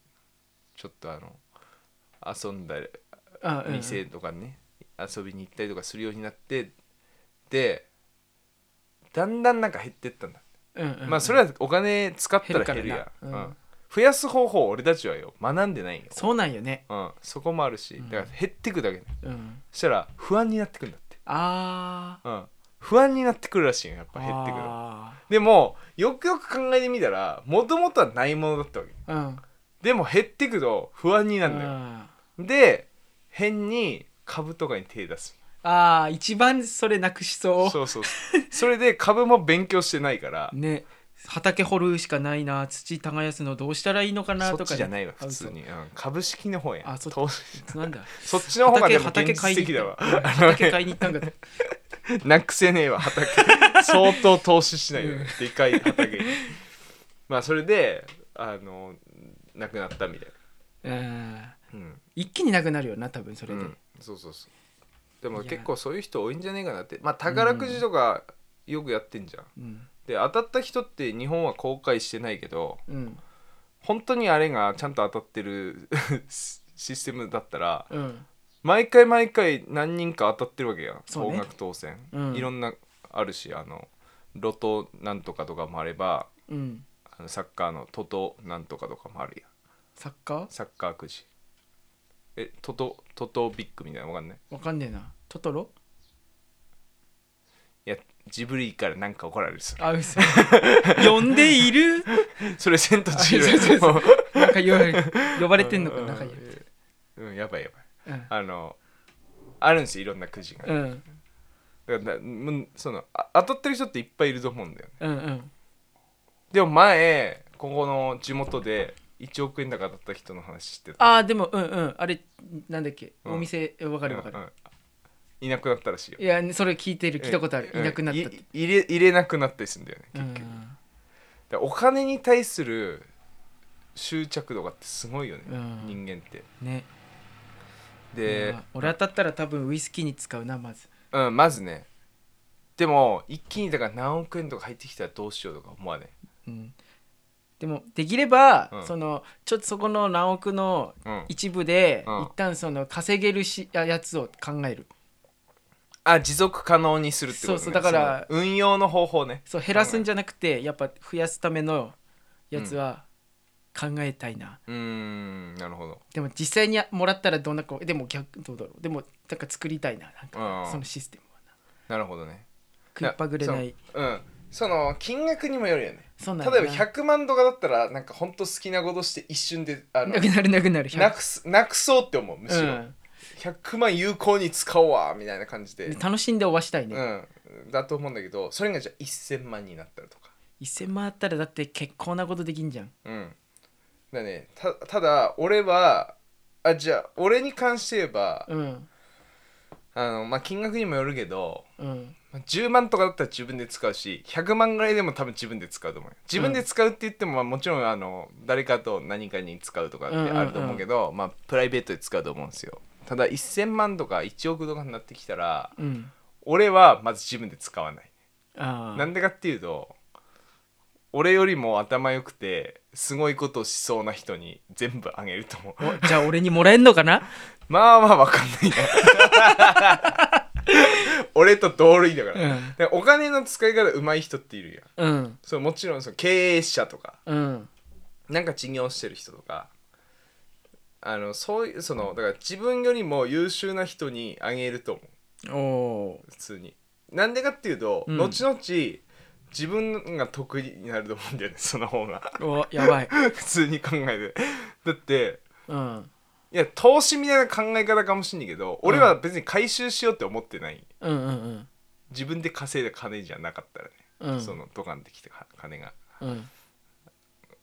Speaker 1: ちょっとあの遊んだり
Speaker 2: あーうん
Speaker 1: 店とかね、遊びに行ったりとかするようになってでだんだんなんか減ってったんだ、
Speaker 2: うんうん
Speaker 1: まあそれはお金使ったら減るや
Speaker 2: 減るからな
Speaker 1: う
Speaker 2: うんん
Speaker 1: 増やす方法俺たちはよ学んでないよ、
Speaker 2: そうなんよね
Speaker 1: うん、そこもあるし
Speaker 2: うん
Speaker 1: だから減ってくだけ、
Speaker 2: うん
Speaker 1: そしたら不安になってくるんだって、
Speaker 2: あ
Speaker 1: う
Speaker 2: ー
Speaker 1: ん、不安になってくるらしいよやっぱ減ってくる
Speaker 2: あ
Speaker 1: でもよくよく考えてみたらもともとはないものだったわけ
Speaker 2: ーうん
Speaker 1: でも減ってくと不安になるんだよ
Speaker 2: あ
Speaker 1: で変に株とかに手出す
Speaker 2: ああ一番それなくしそう
Speaker 1: そうそうそれで株も勉強してないから
Speaker 2: ね畑掘るしかないな土耕すのどうしたらいいのかなと
Speaker 1: そ
Speaker 2: か
Speaker 1: っちじゃないわ
Speaker 2: あ
Speaker 1: 普通に、うん、株式の方や
Speaker 2: あそっち
Speaker 1: 投資
Speaker 2: 嘘なんだ
Speaker 1: そっちの方がでも現
Speaker 2: 畑
Speaker 1: 実的だわ
Speaker 2: 畑買いに行った畑買いに行ったんか と
Speaker 1: なくせねえわ 畑相当投資しないよ、ねでかい 畑にまあそれであのなくなったみたい
Speaker 2: うん
Speaker 1: なうん
Speaker 2: 一気になくなるよな多分それで、
Speaker 1: うん、そうそうそうでも
Speaker 2: いや
Speaker 1: 結構そういう人多いんじゃねえかなってまあ宝くじとかよくやってんじゃん、
Speaker 2: うん
Speaker 1: で当たった人って日本は公開してないけど
Speaker 2: うん
Speaker 1: 本当にあれがちゃんと当たってる システムだったら
Speaker 2: うん
Speaker 1: 毎回毎回何人か当たってるわけやん
Speaker 2: そう
Speaker 1: 高
Speaker 2: ね
Speaker 1: 額当選、
Speaker 2: うん
Speaker 1: いろんなあるしあのロトなんとかとかもあれば
Speaker 2: うん
Speaker 1: あのサッカーのトトなんとかとかもあるやん
Speaker 2: サッカー
Speaker 1: サッカーくじえトトトトビッグみたいなのわかんない
Speaker 2: わかんねえなトト ロ
Speaker 1: いやジブリからなんか怒られるそれ
Speaker 2: あ嘘呼んでいる
Speaker 1: それ千と千
Speaker 2: あそうそうそう
Speaker 1: 尋
Speaker 2: なんか言われ呼ばれてんのか
Speaker 1: うん
Speaker 2: 中に
Speaker 1: うんやばいやばい
Speaker 2: うん
Speaker 1: あのあるんですよいろんなくじが、
Speaker 2: うん
Speaker 1: だからなむんそのあ当たってる人っていっぱいいると思うんだよね
Speaker 2: うんうん
Speaker 1: でも前ここの地元で1億円だか当たった人の話してた
Speaker 2: ああでもうんうんあれなんだっけ、
Speaker 1: うん
Speaker 2: お店えわかるわかる、
Speaker 1: うんうんいなくなったらしいよ
Speaker 2: いやそれ聞いてる聞いたことある、
Speaker 1: うん
Speaker 2: いなくなったって、
Speaker 1: い入れ入れなくなったりするんだよね
Speaker 2: うん
Speaker 1: 結局、だからお金に対する執着度がってすごいよね、
Speaker 2: うん
Speaker 1: 人間って
Speaker 2: ね
Speaker 1: で
Speaker 2: う、わ俺当たったら多分ウイスキーに使うなまず
Speaker 1: うん、まずねでも一気にだから何億円とか入ってきたらどうしようとか思わない
Speaker 2: うんでもできれば、
Speaker 1: うん
Speaker 2: そのちょっとそこの何億の
Speaker 1: うん
Speaker 2: 一部で、
Speaker 1: うん
Speaker 2: 一旦その稼げるしややつを考える
Speaker 1: あ持続可能にするってこと、ね、
Speaker 2: そうそうだから
Speaker 1: その運用の方法ね
Speaker 2: そう減らすんじゃなくてやっぱ増やすためのやつは考えたいな、
Speaker 1: うーんなるほど
Speaker 2: でも実際にもらったらどんなこうでも逆どうだろうでもなんか作りたいななん
Speaker 1: う
Speaker 2: か
Speaker 1: ん
Speaker 2: そのシステムはな
Speaker 1: なるほどね
Speaker 2: 食いっぱぐれない
Speaker 1: うんその金額にもよるよね
Speaker 2: そん
Speaker 1: 例
Speaker 2: な
Speaker 1: え
Speaker 2: ん
Speaker 1: ば
Speaker 2: だな
Speaker 1: 100万とかだったらなんかほんと好きなことして一瞬であ の
Speaker 2: なくなるなくなる
Speaker 1: なくすなくそうって思うむしろ、
Speaker 2: うん
Speaker 1: 100万有効に使おうわみたいな感じで、
Speaker 2: 楽しんで終わしたいうね、
Speaker 1: ん、だと思うんだけどそれがじゃあ1000万になったらとか
Speaker 2: 1000万あったらだって結構なことできんじゃん
Speaker 1: うんだねたただ俺はあじゃあ俺に関して言えば、
Speaker 2: うん
Speaker 1: あのまあ金額にもよるけど
Speaker 2: うん
Speaker 1: まあ10万とかだったら自分で使うし100万ぐらいでも多分自分で使うと思うよ自分で使うって言っても、まあ、もちろんあの誰かと何かに使うとかってあると思うけど、まあ、プライベートで使うと思うんですよただ1000万とか1億とかになってきたら
Speaker 2: うん
Speaker 1: 俺はまず自分で使わない
Speaker 2: あ
Speaker 1: なんでかっていうと俺よりも頭良くてすごいことをしそうな人に全部あげると思う
Speaker 2: あじゃあ俺にもらえんの かな
Speaker 1: まあまあわかん ないな俺と同類だから、だか
Speaker 2: うん
Speaker 1: らお金の使い方上手い人っているやん
Speaker 2: うん
Speaker 1: そうもちろんその経営者とか
Speaker 2: うん
Speaker 1: なんか事業してる人とかあのそういうそのだから自分よりも優秀な人にあげると思う
Speaker 2: おお
Speaker 1: 普通になんでかっていうと、
Speaker 2: うん
Speaker 1: 後々自分が得意になると思うんだよね その方が
Speaker 2: ーおやばい
Speaker 1: 普通に考えてだって
Speaker 2: うん
Speaker 1: いや投資みたいな考え方かもしんないけど俺は別に回収しようって思ってない、
Speaker 2: うんうん
Speaker 1: 自分で稼いだ金じゃなかったらね、
Speaker 2: うん
Speaker 1: そのドカンってきた金が
Speaker 2: うん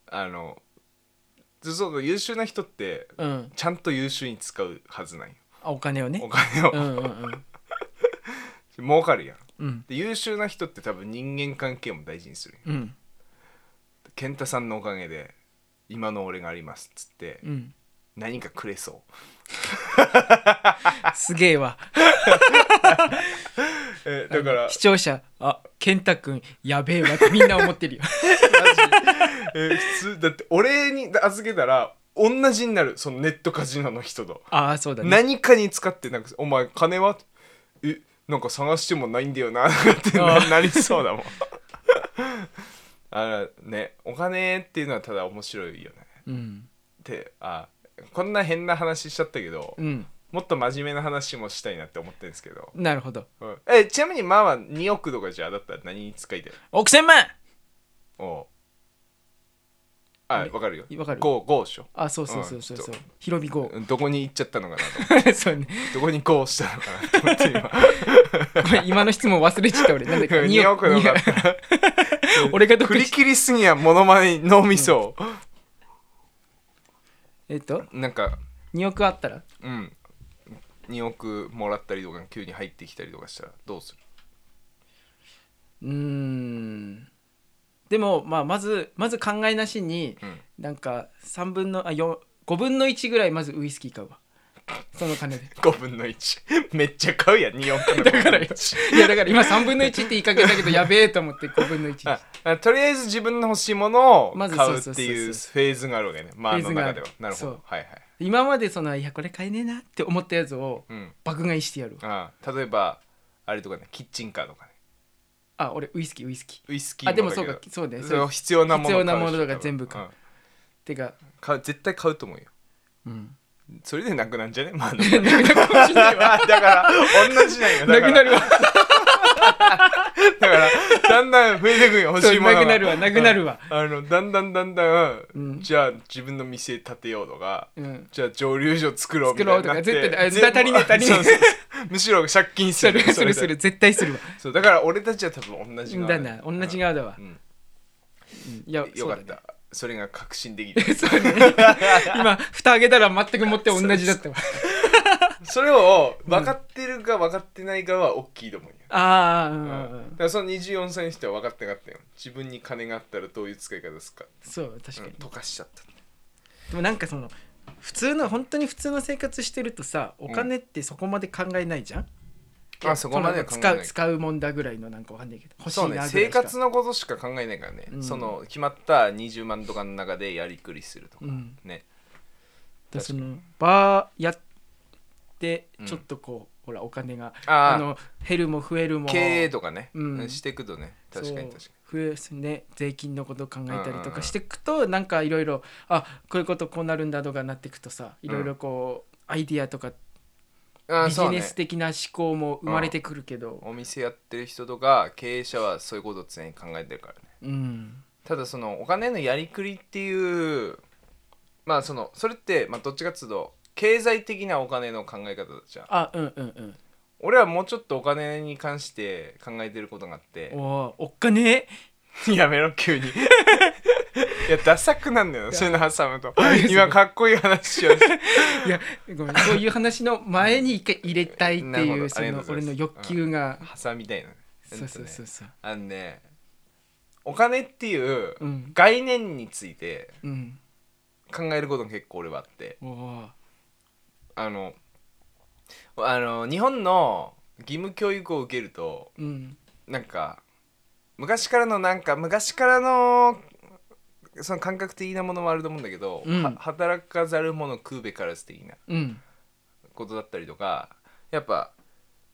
Speaker 1: あのその優秀な人って
Speaker 2: うん
Speaker 1: ちゃんと優秀に使うはずない
Speaker 2: あお金を
Speaker 1: お
Speaker 2: ね
Speaker 1: 金を、
Speaker 2: うんうんうん
Speaker 1: 儲かるやん
Speaker 2: うん
Speaker 1: で優秀な人って多分人間関係も大事にする
Speaker 2: うん
Speaker 1: 健太さんのおかげで今の俺がありますっつって
Speaker 2: うん
Speaker 1: 何かくれそう、
Speaker 2: すげえわ
Speaker 1: えだから
Speaker 2: 視聴者あ健太くんやべえわってみんな思ってるよ
Speaker 1: えー普通だって俺に預けたら同じになるそのネットカジノの人と
Speaker 2: ああそうだね
Speaker 1: 何かに使ってなんかお前金はえなんか探してもないんだよなってな
Speaker 2: あー
Speaker 1: なりそうだもん あのねお金っていうのはただ面白いよね
Speaker 2: うん
Speaker 1: ってあこんな変な話しちゃったけど、
Speaker 2: うん
Speaker 1: もっと真面目な話もしたいなって思ってるんですけど、
Speaker 2: なるほど
Speaker 1: うんえちなみにまあは2億とかじゃあだったら何に使いたい
Speaker 2: 億千万
Speaker 1: おうあわかるよ
Speaker 2: わかる
Speaker 1: ゴーゴーっしょ
Speaker 2: あそうそうそうそうそうひろみ 号
Speaker 1: うんどこに行っちゃったのかなと
Speaker 2: そうね
Speaker 1: どこにこうしたのかなと思って今
Speaker 2: ごめん今の質問忘れちゃった俺なんだっ け
Speaker 1: 二億のか
Speaker 2: にお俺が得
Speaker 1: 振
Speaker 2: 意
Speaker 1: り切りすぎやモノマネ脳みそ、
Speaker 2: えっと
Speaker 1: なんか
Speaker 2: 2億あったら
Speaker 1: うん2億もらったりとか急に入ってきたりとかしたらどうする
Speaker 2: うーんでも、まあ、まずまず考えなしに、
Speaker 1: うん
Speaker 2: なんか3分のあよ5分の1ぐらいまずウイスキー買うわその金で
Speaker 1: 5分の1めっちゃ買うやん2億の
Speaker 2: だからよいやだから今3分の1って言いかけた けどやべえと思って5分の1
Speaker 1: ああとりあえず自分の欲しいものを
Speaker 2: まず
Speaker 1: 買うっ
Speaker 2: そう
Speaker 1: て
Speaker 2: そう
Speaker 1: い
Speaker 2: そうう
Speaker 1: フェーズがあるわけねまああ
Speaker 2: フェー
Speaker 1: の
Speaker 2: ズがあ
Speaker 1: 中で
Speaker 2: る
Speaker 1: はなるほ
Speaker 2: そ
Speaker 1: ど
Speaker 2: う
Speaker 1: はいはい
Speaker 2: 今までそのいやこれ買えねえなって思ったやつを
Speaker 1: うん
Speaker 2: 爆買いしてやるわ
Speaker 1: ああ例えばあれとかねキッチンカーとかね
Speaker 2: あ俺ウイスキーウイスキー
Speaker 1: ウイスキー
Speaker 2: あでもそう
Speaker 1: だ
Speaker 2: か
Speaker 1: けど
Speaker 2: そうね
Speaker 1: そ
Speaker 2: そ
Speaker 1: れ
Speaker 2: う
Speaker 1: を必要なもの
Speaker 2: 必要な
Speaker 1: 買う
Speaker 2: もの
Speaker 1: 人
Speaker 2: が
Speaker 1: 多分
Speaker 2: 全部買う
Speaker 1: うん
Speaker 2: てか
Speaker 1: 買う絶対買うと思うよ
Speaker 2: うん
Speaker 1: それでなく なんじゃねまあでも
Speaker 2: なくなるかもしんないわ
Speaker 1: だから同じなんよだ
Speaker 2: な
Speaker 1: か
Speaker 2: く
Speaker 1: ら
Speaker 2: なるわ
Speaker 1: だからだんだん増えてくんよ欲しいものが
Speaker 2: そうなくなるわなくなるわ
Speaker 1: あのだんだんだんだん、
Speaker 2: うん
Speaker 1: じゃあ自分の店建てようとか
Speaker 2: うん
Speaker 1: じゃあ蒸留所作ろうみたいになって
Speaker 2: 作ろうとか絶対
Speaker 1: 全
Speaker 2: あ
Speaker 1: 部
Speaker 2: 足りねえ足りねえ
Speaker 1: そうそう そうむしろ借金する
Speaker 2: するする
Speaker 1: そ
Speaker 2: す
Speaker 1: れ
Speaker 2: る
Speaker 1: で
Speaker 2: 絶対するわ
Speaker 1: そうだから俺たちは多分同じ側
Speaker 2: だな同じ側だわ
Speaker 1: う、ん
Speaker 2: いや
Speaker 1: よか
Speaker 2: そ
Speaker 1: っ
Speaker 2: うだね
Speaker 1: たそれが確信できた
Speaker 2: そうね 今蓋開けたら全く持って同じ だったわ
Speaker 1: それを分かってるか分かってないかは大きいと思うよ
Speaker 2: ああ、うん
Speaker 1: う
Speaker 2: うんうん
Speaker 1: だ
Speaker 2: ん
Speaker 1: からその24歳の人は分かってなかったよ自分に金があったらどういう使い方ですか、
Speaker 2: そう確
Speaker 1: う
Speaker 2: か
Speaker 1: ん
Speaker 2: に、、
Speaker 1: 溶かしちゃった
Speaker 2: でもなんかその普通の本当に普通の生活してるとさお金ってそこまで考えないじゃん、
Speaker 1: あそこまでは考えない
Speaker 2: 使う使うもんだぐらいのなんかわかんないけど欲しい
Speaker 1: そ
Speaker 2: な
Speaker 1: う
Speaker 2: ぐ
Speaker 1: ね
Speaker 2: らいしか
Speaker 1: 生活のことしか考えないからね、
Speaker 2: うん
Speaker 1: その決まった20万とかの中でやりくりするとか、
Speaker 2: うん
Speaker 1: ね
Speaker 2: でそのバーやってちょっとこう、ほらお金が
Speaker 1: あー
Speaker 2: あの減るも増えるも
Speaker 1: 経営とかね、
Speaker 2: うん
Speaker 1: していくとね確かに確か
Speaker 2: そう増えすね税金のこと考えたりとかしていくと、なんかいろいろあこういうことこうなるんだとかなっていくとさいろいろこう、アイディアとか
Speaker 1: にあー
Speaker 2: ビ
Speaker 1: そ
Speaker 2: ジ
Speaker 1: う
Speaker 2: ネ
Speaker 1: ね
Speaker 2: ス的な思考も生まれてくるけど
Speaker 1: お店やってる人とか経営者はそういうことを常に考えてるからね
Speaker 2: うん
Speaker 1: ただそのお金のやりくりっていうまあそのそれって、まあ、どっちかっつうと経済的なお金の考え方じゃん
Speaker 2: あうんうんうん
Speaker 1: 俺はもうちょっとお金に関して考えてることがあって
Speaker 2: おーおっかね
Speaker 1: やめろ 急にいやダサくなんだよなそういうの挟むと
Speaker 2: いや
Speaker 1: 今かっこいい話しようとして
Speaker 2: いやごめんそういう話の前に一回入れたいって
Speaker 1: なるほ
Speaker 2: い
Speaker 1: ど
Speaker 2: うそ
Speaker 1: ありがと
Speaker 2: の
Speaker 1: うございま
Speaker 2: 俺
Speaker 1: す
Speaker 2: の欲求が、
Speaker 1: 挟みたいな
Speaker 2: そうそうそうそう
Speaker 1: あのねお金っていう
Speaker 2: うん
Speaker 1: 概念について
Speaker 2: うん
Speaker 1: 考えることが結構俺はあって
Speaker 2: おお
Speaker 1: あのあの日本の義務教育を受けると
Speaker 2: うん
Speaker 1: なんか昔からのなんか昔からのその感覚的なものもあると思うんだけど、
Speaker 2: うん
Speaker 1: は働かざる者食うべからず的な
Speaker 2: うん
Speaker 1: ことだったりとかやっぱ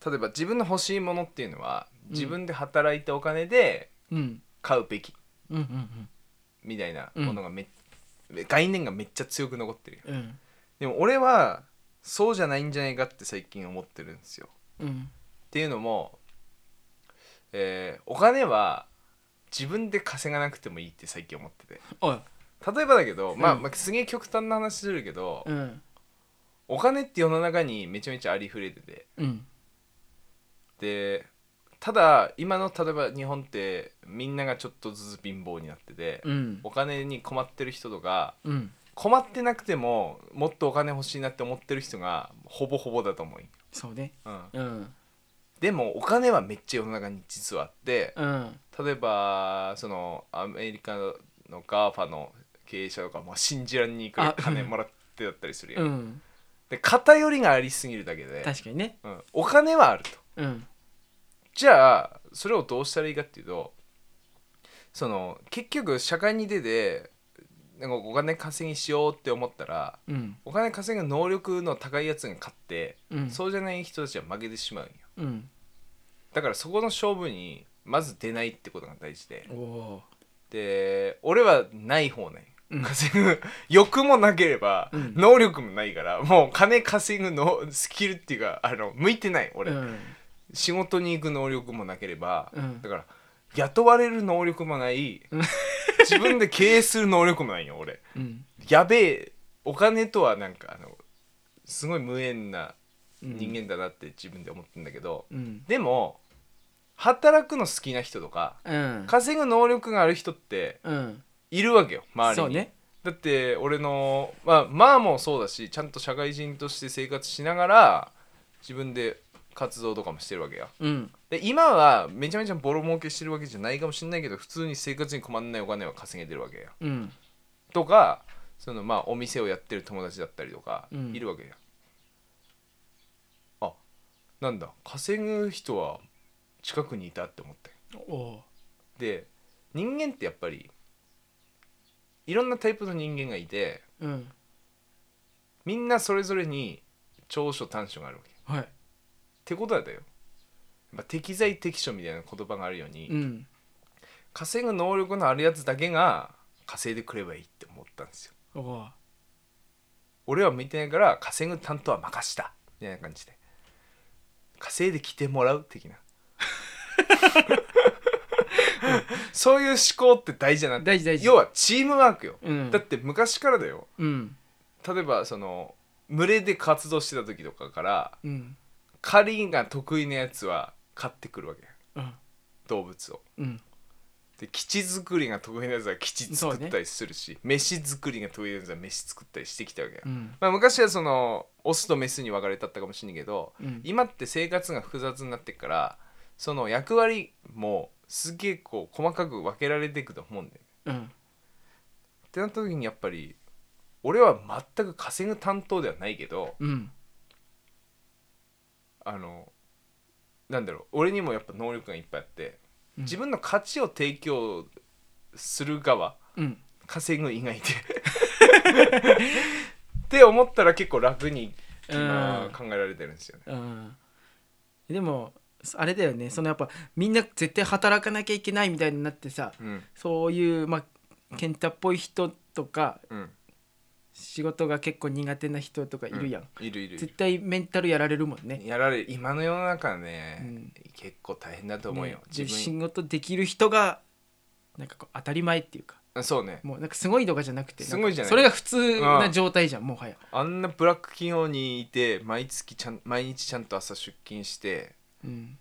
Speaker 1: 例えば自分の欲しいものっていうのは
Speaker 2: ん
Speaker 1: 自分で働いたお金で
Speaker 2: うん
Speaker 1: 買うべき
Speaker 2: うんうん
Speaker 1: みたいなものがめ、概念がめっちゃ強く残ってるよ
Speaker 2: うんうん
Speaker 1: でも俺はそうじゃないんじゃないかって最近思ってるんですよ
Speaker 2: うん
Speaker 1: っていうのも、えーお金は自分で稼がなくてもいいって最近思ってて
Speaker 2: おい
Speaker 1: 例えばだけど、まあ
Speaker 2: うん
Speaker 1: まあすげえ極端な話するけど、
Speaker 2: うん
Speaker 1: お金って世の中にめちゃめちゃありふれてて
Speaker 2: うん
Speaker 1: でただ今の例えば日本ってみんながちょっとずつ貧乏になってて、
Speaker 2: うん
Speaker 1: お金に困ってる人とか
Speaker 2: うん
Speaker 1: 困ってなくてももっとお金欲しいなって思ってる人がほぼほぼだと思うよ、
Speaker 2: そうね
Speaker 1: うん、
Speaker 2: うん
Speaker 1: でもお金はめっちゃ世の中に実はあって
Speaker 2: うん
Speaker 1: 例えばそのアメリカのガーファの経営者とか、まあ、信じらんにいくら
Speaker 2: あ
Speaker 1: 金
Speaker 2: うん
Speaker 1: もらってだったりするよ、
Speaker 2: うん
Speaker 1: で偏りがありすぎるだけで、
Speaker 2: 確かにね
Speaker 1: うん、お金はあると
Speaker 2: うん
Speaker 1: じゃあそれをどうしたらいいかっていうとその結局社会に出てなんかお金稼ぎしようって思ったら
Speaker 2: うん
Speaker 1: お金稼ぐ能力の高いやつが勝って、
Speaker 2: うん
Speaker 1: そうじゃない人たちは負けてしまうんよ
Speaker 2: うん
Speaker 1: だからそこの勝負にまず出ないってことが大事で
Speaker 2: おお
Speaker 1: で俺はない方ね、
Speaker 2: うん
Speaker 1: 稼ぐ欲もなければ、
Speaker 2: うん
Speaker 1: 能力もないからもう金稼ぐのスキルっていうかあの向いてない
Speaker 2: ー
Speaker 1: 俺、
Speaker 2: うん
Speaker 1: 仕事に行く能力もなければ、
Speaker 2: うん
Speaker 1: だから雇われる能力もない、自分で経営する能力もないよ俺
Speaker 2: うん
Speaker 1: やべえお金とはなんかあのすごい無縁な人間だなって自分で思ってるんだけど、
Speaker 2: うん
Speaker 1: でも働くの好きな人とか
Speaker 2: うん
Speaker 1: 稼ぐ能力がある人って
Speaker 2: うん
Speaker 1: いるわけよ周り
Speaker 2: そう
Speaker 1: に、
Speaker 2: ね
Speaker 1: だって俺のまあまあもそうだしちゃんと社会人として生活しながら自分で活動とかもしてるわけよ
Speaker 2: うん
Speaker 1: で今はめちゃめちゃボロ儲けしてるわけじゃないかもしれないけど普通に生活に困んないお金は稼げてるわけよ
Speaker 2: うん
Speaker 1: とかそのまあお店をやってる友達だったりとか
Speaker 2: うん
Speaker 1: いるわけや、あなんだ稼ぐ人は近くにいたって思って
Speaker 2: おう
Speaker 1: で人間ってやっぱりいろんなタイプの人間がいて
Speaker 2: うん
Speaker 1: みんなそれぞれに長所短所があるわけっ
Speaker 2: はい
Speaker 1: てことはだよやっぱ適材適所みたいな言葉があるように、
Speaker 2: うん
Speaker 1: 稼ぐ能力のあるやつだけが稼いでくればいいって思ったんですよ
Speaker 2: おう
Speaker 1: 俺は向いてないから稼ぐ担当は任したみたいな感じで稼いできてもらう的なそういう思考って大事だなって
Speaker 2: 大事大事
Speaker 1: 要はチームワークよ、
Speaker 2: うん
Speaker 1: だって昔からだよ
Speaker 2: うん
Speaker 1: 例えばその群れで活動してた時とかから
Speaker 2: うん
Speaker 1: 狩りが得意なやつは狩ってくるわけ
Speaker 2: うん
Speaker 1: 動物を
Speaker 2: うん
Speaker 1: で基地作りが得意なやつは基地作ったりするし、飯作りが得意なやつは飯作ったりしてきたわけよ、
Speaker 2: うん
Speaker 1: まあ、昔はそのオスとメスに分かれたったかもしれないけど
Speaker 2: うん
Speaker 1: 今って生活が複雑になってっからその役割もすげえこう細かく分けられていくと思うんだよね。
Speaker 2: うん
Speaker 1: ってなった時にやっぱり俺は全く稼ぐ担当ではないけど
Speaker 2: うん
Speaker 1: あのなんだろう俺にもやっぱ能力がいっぱいあって
Speaker 2: うん
Speaker 1: 自分の価値を提供する側
Speaker 2: うん
Speaker 1: 稼ぐ以 外でって思ったら結構楽に今
Speaker 2: うん
Speaker 1: 考えられてるんですよね。
Speaker 2: うんでもあれだよねそのやっぱみんな絶対働かなきゃいけないみたいになってさ
Speaker 1: うん
Speaker 2: そういうまあ健太っぽい人とか
Speaker 1: うん
Speaker 2: 仕事が結構苦手な人とかいるやん、
Speaker 1: ういるいるいる
Speaker 2: 絶対メンタルやられるもんね
Speaker 1: やられる今の世の中はね、
Speaker 2: うん
Speaker 1: 結構大変だと思うよ、
Speaker 2: ね
Speaker 1: 自
Speaker 2: で仕
Speaker 1: 分
Speaker 2: 事できる人がなんかこう当たり前っていうか
Speaker 1: あそうね
Speaker 2: もうなんかすごいとかじゃなくてんか
Speaker 1: すごいじゃない
Speaker 2: それが普通な状態じゃん、もはや
Speaker 1: あんなブラック企業にいて毎月ちゃん毎日ちゃんと朝出勤して
Speaker 2: うん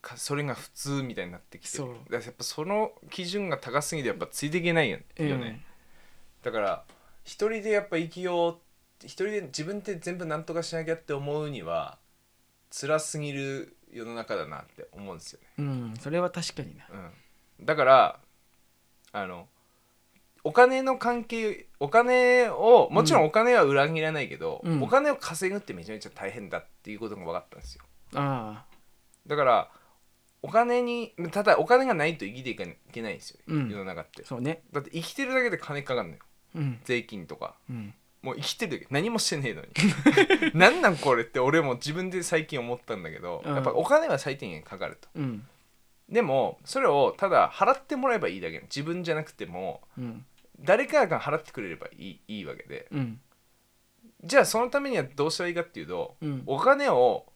Speaker 1: かそれが普通みたいになってきてる
Speaker 2: そう
Speaker 1: だからやっぱその基準が高すぎてやっぱついていけないよね,、だから一人でやっぱ生きよう一人で自分って全部なんとかしなきゃって思うには辛すぎる世の中だなって思うんですよね
Speaker 2: うん、うんそれは確かにな
Speaker 1: うん、だからあのお金の関係お金をもちろんお金は裏切らないけど、
Speaker 2: うん
Speaker 1: お金を稼ぐってめちゃめちゃ大変だっていうことが分かったんですよ
Speaker 2: ああ
Speaker 1: だからお金にただお金がないと生きていけないんですよ、
Speaker 2: うん
Speaker 1: 世の中って
Speaker 2: そうね
Speaker 1: だって生きてるだけで金かかんのよ
Speaker 2: うん
Speaker 1: 税金とか
Speaker 2: うん
Speaker 1: もう生きてるだけ何もしてねえ のに何なんこれって俺も自分で最近思ったんだけど、
Speaker 2: うん
Speaker 1: やっぱお金は最低限かかると
Speaker 2: うん
Speaker 1: でもそれをただ払ってもらえばいいだけなの自分じゃなくても
Speaker 2: うん
Speaker 1: 誰かが払ってくれればいいいいわけで
Speaker 2: うん
Speaker 1: じゃあそのためにはどうしたらいいかっていうと、
Speaker 2: うん
Speaker 1: お金を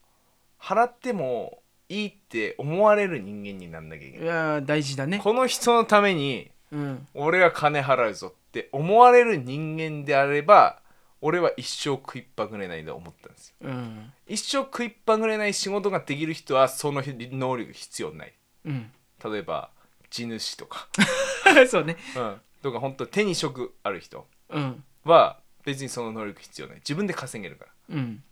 Speaker 1: 払ってもいいって思われる人間になんなきゃいけ
Speaker 2: い
Speaker 1: ない
Speaker 2: やー大事だね
Speaker 1: この人のために
Speaker 2: うん
Speaker 1: 俺は金払うぞって思われる人間であれば俺は一生食いっぱぐれないと思ったんですよ
Speaker 2: うん
Speaker 1: 一生食いっぱぐれない仕事ができる人はその能力必要ない
Speaker 2: うん
Speaker 1: 例えば地主とか
Speaker 2: そうね
Speaker 1: うん、とか本当手に職ある人
Speaker 2: うん
Speaker 1: は別にその能力必要ない自分で稼げるから
Speaker 2: うん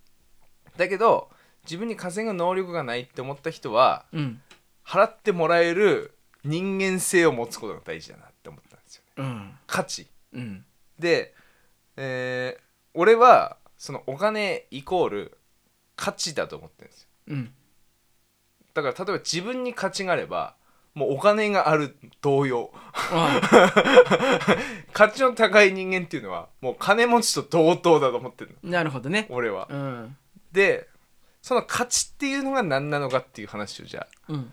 Speaker 1: だけど自分に稼ぐ能力がないって思った人は
Speaker 2: うん
Speaker 1: 払ってもらえる人間性を持つことが大事だなって思ったんですよね
Speaker 2: うん
Speaker 1: 価値
Speaker 2: うん
Speaker 1: で、えー俺はそのお金イコール価値だと思ってるんですよ
Speaker 2: うん
Speaker 1: だから例えば自分に価値があればもうお金がある同様
Speaker 2: ああ
Speaker 1: 価値の高い人間っていうのはもう金持ちと同等だと思ってるの
Speaker 2: なるほどね
Speaker 1: 俺は
Speaker 2: うん
Speaker 1: でその価値っていうのが何なのかっていう話をじゃあ
Speaker 2: うん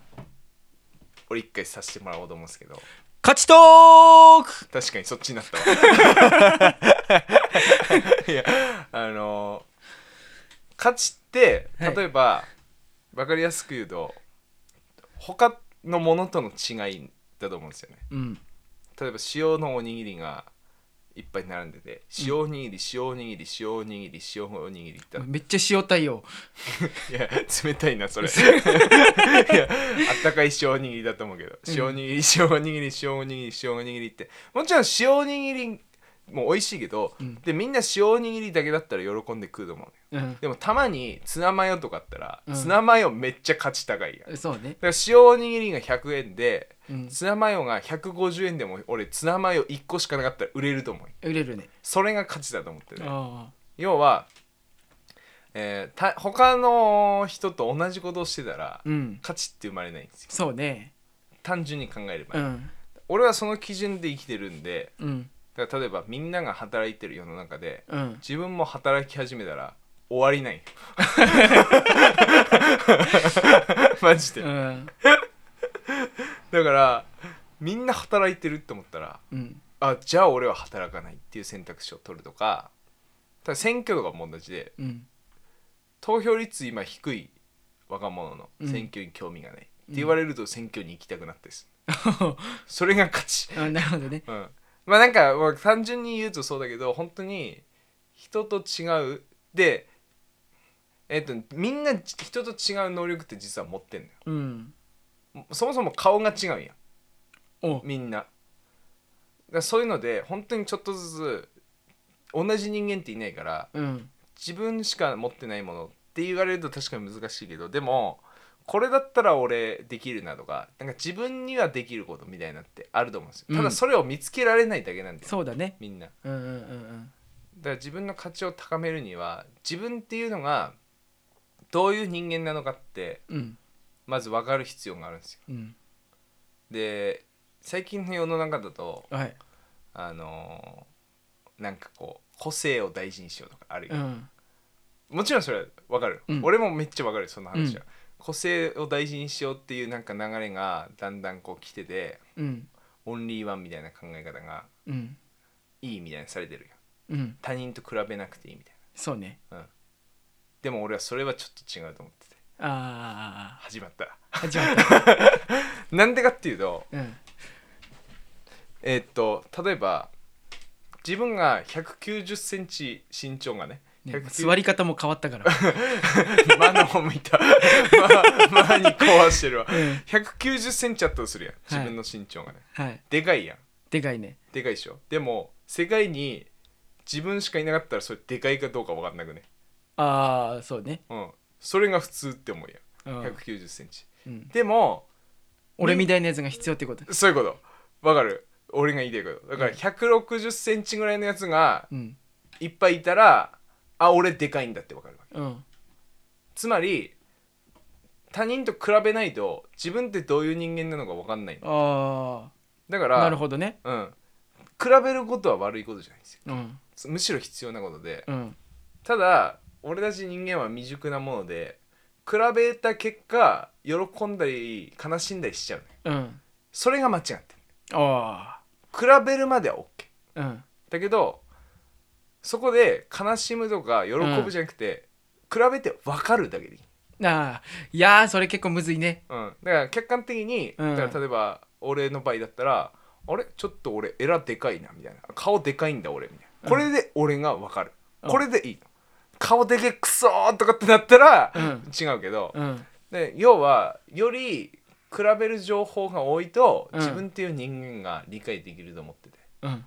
Speaker 1: 俺一回させてもらおうと思うんですけど
Speaker 2: 勝ちトーク
Speaker 1: 確かにそっちになったわ いやあの価値って
Speaker 2: はい
Speaker 1: 例えば、分かりやすく言うと他のものとの違いだと思うんですよね
Speaker 2: うん
Speaker 1: 例えば塩のおにぎりがいっぱい並んでて塩おにぎり塩おにぎり塩おにぎり塩おにぎりってあっ
Speaker 2: めっちゃ塩対応
Speaker 1: いや冷たいなそれいやあったかい塩おにぎりだと思うけど塩おにぎり塩おにぎり塩おにぎり塩おにぎりってもちろん塩おにぎりも美味しいけど、
Speaker 2: うん
Speaker 1: でみんな塩おにぎりだけだったら喜んで食うと思うのよ
Speaker 2: うん
Speaker 1: でもたまにツナマヨとかあったら、
Speaker 2: うん
Speaker 1: ツナマヨめっちゃ価値高いやんだか
Speaker 2: そうね
Speaker 1: ら塩おにぎりが100円で
Speaker 2: うん
Speaker 1: ツナマヨが150円でも俺ツナマヨ1個しかなかったら売れると思うよ
Speaker 2: 売れるね
Speaker 1: それが価値だと思ってる
Speaker 2: あ
Speaker 1: 要は、えーた他の人と同じことをしてたら
Speaker 2: あうん
Speaker 1: 価値って生まれないんですよ
Speaker 2: そうね
Speaker 1: 単純に考えれば、
Speaker 2: うん
Speaker 1: 俺はその基準で生きてるんで
Speaker 2: うん
Speaker 1: だから例えばみんなが働いてる世の中で
Speaker 2: うん
Speaker 1: 自分も働き始めたら終わり ないよマジで
Speaker 2: うん
Speaker 1: だからみんな働いてるって思ったら
Speaker 2: うん
Speaker 1: あじゃあ俺は働かないっていう選択肢を取るとかただ選挙とかも同じで
Speaker 2: うん
Speaker 1: 投票率今低い若者の
Speaker 2: うん
Speaker 1: 選挙に興味がない、って言われると選挙に行きたくなってす、
Speaker 2: あ
Speaker 1: それが価値、
Speaker 2: なるほどね
Speaker 1: うん、まあなんかまあ単純に言うとそうだけど本当に人と違うでえっ、とみんな人と違う能力って実は持ってんの
Speaker 2: うん
Speaker 1: よそもそも顔が違うやん
Speaker 2: お
Speaker 1: みんなだからそういうので本当にちょっとずつ同じ人間っていないから
Speaker 2: うん
Speaker 1: 自分しか持ってないものって言われると確かに難しいけどでもこれだったら俺できるなとかなんか自分にはできることみたいなってあると思うんですよ、
Speaker 2: うん
Speaker 1: ただそれを見つけられないだけなんですよ
Speaker 2: そうだね
Speaker 1: みんなだ
Speaker 2: うんうんうん
Speaker 1: から自分の価値を高めるには自分っていうのがどういう人間なのかって
Speaker 2: うんうん
Speaker 1: まず分かる必要があるんですよ
Speaker 2: うん
Speaker 1: で最近の世の中だと
Speaker 2: はい
Speaker 1: あのーなんかこう個性を大事にしようとかあるよ、
Speaker 2: うん
Speaker 1: もちろんそれはわかる、
Speaker 2: うん
Speaker 1: 俺もめっちゃわかるその話は、個性を大事にしようっていうなんか流れがだんだんこう来てて
Speaker 2: うん
Speaker 1: オンリーワンみたいな考え方が
Speaker 2: うん
Speaker 1: いいみたいにされてるよ
Speaker 2: うん
Speaker 1: 他人と比べなくていいみたい
Speaker 2: そうね
Speaker 1: な、うん、でも俺はそれはちょっと違うと思ってて
Speaker 2: あ
Speaker 1: 始まった
Speaker 2: あ始まった
Speaker 1: なんでかっていうと
Speaker 2: うん
Speaker 1: えーっと例えば自分が1 9 0ンチ身長がね
Speaker 2: ね
Speaker 1: 190
Speaker 2: 座り方も変わったから
Speaker 1: マの方向い た。ママに壊してるわ。190センチあったとするやん。自分の身長がね。
Speaker 2: はい
Speaker 1: でかいやん。
Speaker 2: でかいね
Speaker 1: でかいでしょ。でも、世界に自分しかいなかったらそれでかいかどうか分かんなくね。
Speaker 2: ああそうね、
Speaker 1: うん。それが普通って思うや
Speaker 2: う
Speaker 1: ん。
Speaker 2: ん
Speaker 1: 190センチ。
Speaker 2: うん、
Speaker 1: でも、
Speaker 2: 俺みたいなやつが必要ってこと
Speaker 1: そういうこと。分かる。俺が言いたいこと。だから160センチぐらいのやつが
Speaker 2: うん
Speaker 1: いっぱいいたら、あ、俺でかいんだって分かるわけ。
Speaker 2: うん
Speaker 1: つまり、他人と比べないと自分ってどういう人間なのか分かんないの
Speaker 2: あ
Speaker 1: だか
Speaker 2: あ
Speaker 1: ら
Speaker 2: なるほどね
Speaker 1: うん、比べることは悪いことじゃないんですよ
Speaker 2: うん
Speaker 1: つむしろ必要なことで
Speaker 2: うん
Speaker 1: ただ俺たち人間は未熟なもので比べた結果喜んだり悲しんだりしちゃうのよ
Speaker 2: うん
Speaker 1: それが間違ってる
Speaker 2: あ
Speaker 1: 比べるまでは OK
Speaker 2: あうん
Speaker 1: だけどそこで悲しむとか喜ぶじゃなくて、比べて分かるだけでいい、
Speaker 2: ああいやーそれ結構むずいね
Speaker 1: うん、だから客観的に、
Speaker 2: うん
Speaker 1: だから例えば俺の場合だったらあれちょっと俺エラでかいなみたいな顔でかいんだ俺みたいなこれで俺が分かる、
Speaker 2: うん
Speaker 1: これでいいの顔でけくそーとかってなったら、
Speaker 2: うん
Speaker 1: 違うけど、
Speaker 2: うん
Speaker 1: で要はより比べる情報が多いと、
Speaker 2: うん
Speaker 1: 自分っていう人間が理解できると思ってて
Speaker 2: うん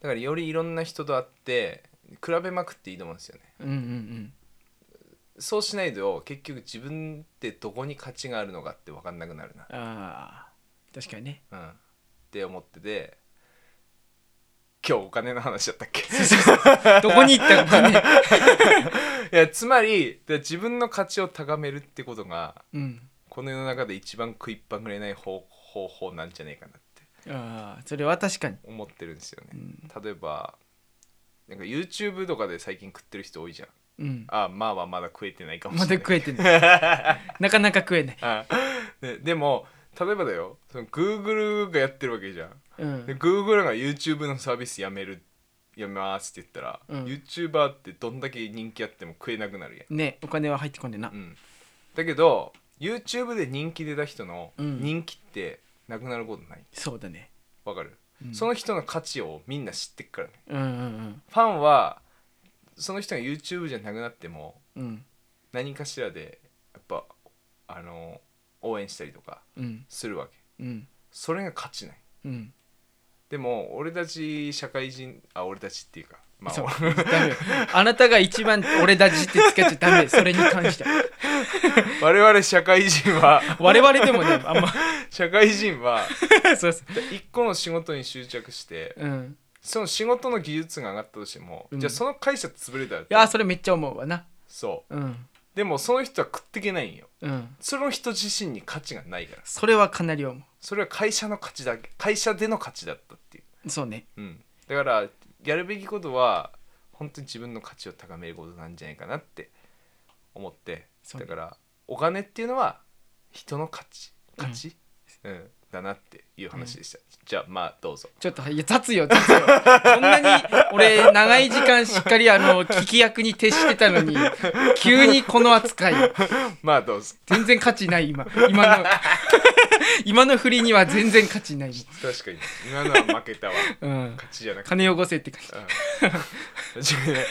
Speaker 1: だからよりいろんな人と会って比べまくっていいと思うんですよね
Speaker 2: うんうん
Speaker 1: そうしないと結局自分ってどこに価値があるのかって分かんなくなるな
Speaker 2: うんああ確かにね
Speaker 1: うん、って思ってて今日お金の話だったっ け
Speaker 2: どこに行ったかね
Speaker 1: いやつまりで自分の価値を高めるってことが
Speaker 2: うん
Speaker 1: この世の中で一番食いっぱぐれない方方法なんじゃねえかなって
Speaker 2: ああそれは確かに
Speaker 1: 思ってるんですよね、
Speaker 2: うん
Speaker 1: 例えばなんか YouTube とかで最近食ってる人多いじゃん
Speaker 2: うん
Speaker 1: あまあはまだ食えてないかも
Speaker 2: ま
Speaker 1: し
Speaker 2: だ
Speaker 1: れない、
Speaker 2: 食えてないなかなか食えない
Speaker 1: あででも例えばだよその Google がやってるわけじゃん
Speaker 2: う
Speaker 1: で
Speaker 2: ん
Speaker 1: Google が YouTube のサービスやめるやめますって言ったら、
Speaker 2: うん
Speaker 1: YouTuber ってどんだけ人気あっても食えなくなるや、
Speaker 2: ねお金は入ってこんでなん
Speaker 1: うん、だけど YouTube で人気出た人の
Speaker 2: うん
Speaker 1: 人気ってなくなることない、
Speaker 2: そうだね
Speaker 1: わかる、
Speaker 2: うん
Speaker 1: その人の価値をみんな知ってっからね
Speaker 2: うんうん
Speaker 1: ファンはその人が YouTube じゃなくなっても
Speaker 2: うんうん
Speaker 1: 何かしらでやっぱあの応援したりとか
Speaker 2: うん
Speaker 1: するわけ
Speaker 2: うん
Speaker 1: それが価値ない
Speaker 2: うん
Speaker 1: でも俺たち社会人あ俺たちっていうかま
Speaker 2: そう
Speaker 1: あ
Speaker 2: ダメよあなたが一番俺たちってつけちゃダメそれに関しては
Speaker 1: 我々社会人は
Speaker 2: 我々でもねあんま
Speaker 1: 社会人は
Speaker 2: そうそう
Speaker 1: 一個の仕事に執着して
Speaker 2: うん
Speaker 1: その仕事の技術が上がったとしても、
Speaker 2: うん
Speaker 1: じゃあその会社潰れたら
Speaker 2: いやそれめっちゃ思うわな
Speaker 1: そう
Speaker 2: うん
Speaker 1: でもその人は食ってけないんよ
Speaker 2: うん
Speaker 1: その人自身に価値がないから
Speaker 2: それはかなり思
Speaker 1: それは会社の価値だけ会社での価値だったっていう
Speaker 2: うそうね
Speaker 1: うん、だからやるべきことは本当に自分の価値を高めることなんじゃないかなって思って
Speaker 2: そう
Speaker 1: だ
Speaker 2: ね
Speaker 1: からお金っていうのは人の価値価値、うんだなっていう話でした、じゃあまあどうぞ
Speaker 2: ちょっといや雑よ雑よこんなに俺長い時間しっかりあの聞き役に徹してたの に急にこの扱い
Speaker 1: まあどうぞ
Speaker 2: 全然価値ない今今の 今の振りには全然価値ない、
Speaker 1: 確かに今のは負けたわ
Speaker 2: うん、
Speaker 1: 勝ちじゃなくて、
Speaker 2: 金汚せって感じ
Speaker 1: うん 自分で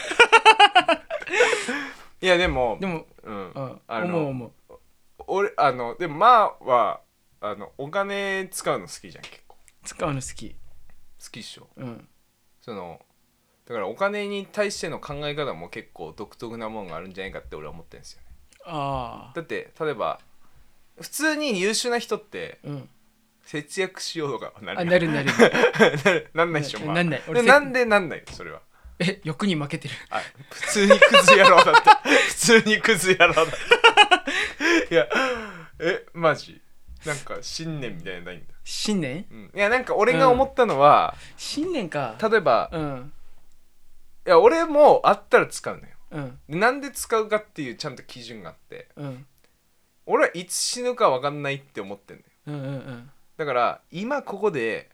Speaker 1: いやでも
Speaker 2: でも、
Speaker 1: うん
Speaker 2: うん、
Speaker 1: あの
Speaker 2: 思う思う
Speaker 1: 俺あのでもまあはあのお金使うの好きじゃん結構
Speaker 2: 使うの好き
Speaker 1: 好きっしょ
Speaker 2: うん
Speaker 1: そのだからお金に対しての考え方も結構独特なものがあるんじゃないかって俺は思ってるんですよね
Speaker 2: ああ
Speaker 1: だって例えば普通に優秀な人って
Speaker 2: うん
Speaker 1: 節約しようとかはな
Speaker 2: あ
Speaker 1: る
Speaker 2: な
Speaker 1: やん
Speaker 2: るな る
Speaker 1: なるなんないでしょ、まあ、
Speaker 2: なんない
Speaker 1: で
Speaker 2: 俺
Speaker 1: なんでなんないよそれは
Speaker 2: え欲に負けてる
Speaker 1: あ普通にクズ野郎だった 普通にクズ野郎だ ったいやえマジなんか信念みたいなのないんだ、
Speaker 2: 新年
Speaker 1: うん、いやなんか俺が思ったのは、
Speaker 2: 新年か
Speaker 1: 例えば
Speaker 2: うん
Speaker 1: いや俺もあったら使うのよ
Speaker 2: うん
Speaker 1: でなんで使うかっていうちゃんと基準があって
Speaker 2: うん
Speaker 1: 俺はいつ死ぬか分かんないって思ってんだよ
Speaker 2: うんうんうん
Speaker 1: だから今ここで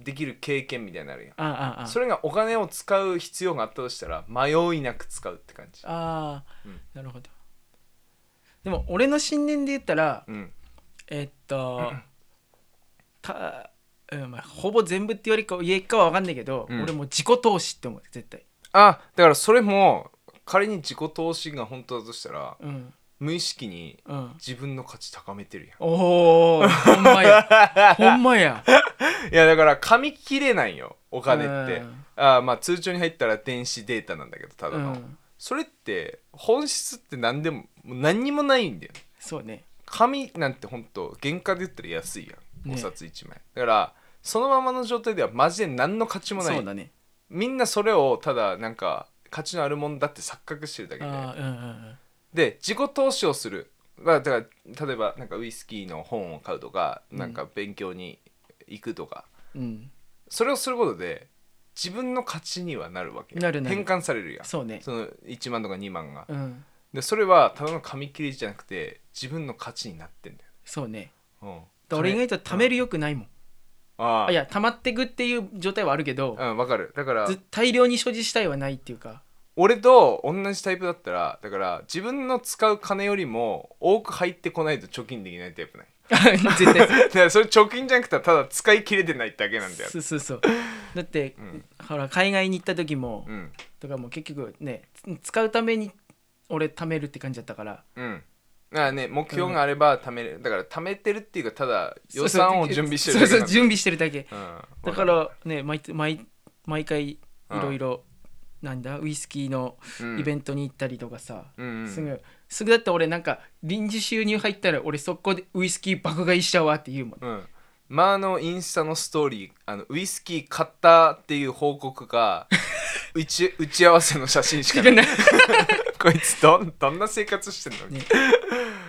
Speaker 1: できる経験みたいになるや
Speaker 2: ああああ
Speaker 1: んそれがお金を使う必要があったとしたら迷いなく使うって感じ
Speaker 2: ああ、
Speaker 1: うん
Speaker 2: なるほどでも俺の信念で言ったら
Speaker 1: うん
Speaker 2: えっとた、うんまあ、ほぼ全部ってよりか家かは分かんないけど、
Speaker 1: うん
Speaker 2: 俺もう自己投資って思う絶対
Speaker 1: あだからそれも仮に自己投資が本当だとしたら
Speaker 2: うん
Speaker 1: 無意識に
Speaker 2: うん
Speaker 1: 自分の価値高めてるやん
Speaker 2: おおほんま やほんまや
Speaker 1: いやだから紙切れないよお金って
Speaker 2: うん
Speaker 1: あーまあ通帳に入ったら電子データなんだけどただ
Speaker 2: う
Speaker 1: の、
Speaker 2: ん
Speaker 1: それって本質って何でももう何にもないんだよね
Speaker 2: そうね
Speaker 1: 紙なんてほんと原価で言ったら安いやん、
Speaker 2: ね
Speaker 1: お札1枚だからそのままの状態ではマジで何の価値もな
Speaker 2: そう
Speaker 1: い、
Speaker 2: だね
Speaker 1: みんなそれをただなんか価値のあるもんだって錯覚してるだけで
Speaker 2: あーうんうんうん
Speaker 1: で自己投資をするまあだから例えばなんかウイスキーの本を買うとか、なんか勉強に行くとか
Speaker 2: うん
Speaker 1: それをすることで自分の価値にはなるわけよ
Speaker 2: なるなる
Speaker 1: 変換されるやん
Speaker 2: そうね
Speaker 1: その1万とか2万が、
Speaker 2: うん
Speaker 1: でそれはただの紙切れじゃなくて自分の価値になってんだ
Speaker 2: そうね
Speaker 1: よ、
Speaker 2: だから俺意外と貯め
Speaker 1: る
Speaker 2: るよくないもん
Speaker 1: ああ
Speaker 2: あいや溜まってくっていう状態はあるけど
Speaker 1: うんわかるだから
Speaker 2: ず大量に所持したいはないってい うか
Speaker 1: 俺と同じタイプだったらだから自分の使う金よりも多く入ってこないと貯金できないタイプない
Speaker 2: 絶 対
Speaker 1: だからそれ貯金じゃなくてただ使い切れてないだけなんだよ
Speaker 2: そうそうそうだって、
Speaker 1: うん
Speaker 2: ほら海外に行った時も、
Speaker 1: うん
Speaker 2: とかもう結局ねつ使うために俺貯めるって感じだったから
Speaker 1: うんだからね目標があれば貯める、だから貯めてるっていうかただ予
Speaker 2: そう
Speaker 1: 算
Speaker 2: そう
Speaker 1: を準備してる
Speaker 2: そ
Speaker 1: だけ
Speaker 2: うそ
Speaker 1: な
Speaker 2: うん準備してるだけ だ
Speaker 1: だ
Speaker 2: か
Speaker 1: よ
Speaker 2: らね毎毎毎回いろいろなんだウイスキーのイベ
Speaker 1: ン
Speaker 2: ントに行ったりとかさ、
Speaker 1: ト、うんうん
Speaker 2: すぐすぐだって俺なんか臨時収入入ったら俺速攻でウイスキー爆買いしちゃうわって言うもん
Speaker 1: うん。まあ、あのインスタのストーリーあのウイスキー買ったっていう報告 が打ち打ち合わせの写真しかない こいつどんどんな生活してんの、
Speaker 2: ね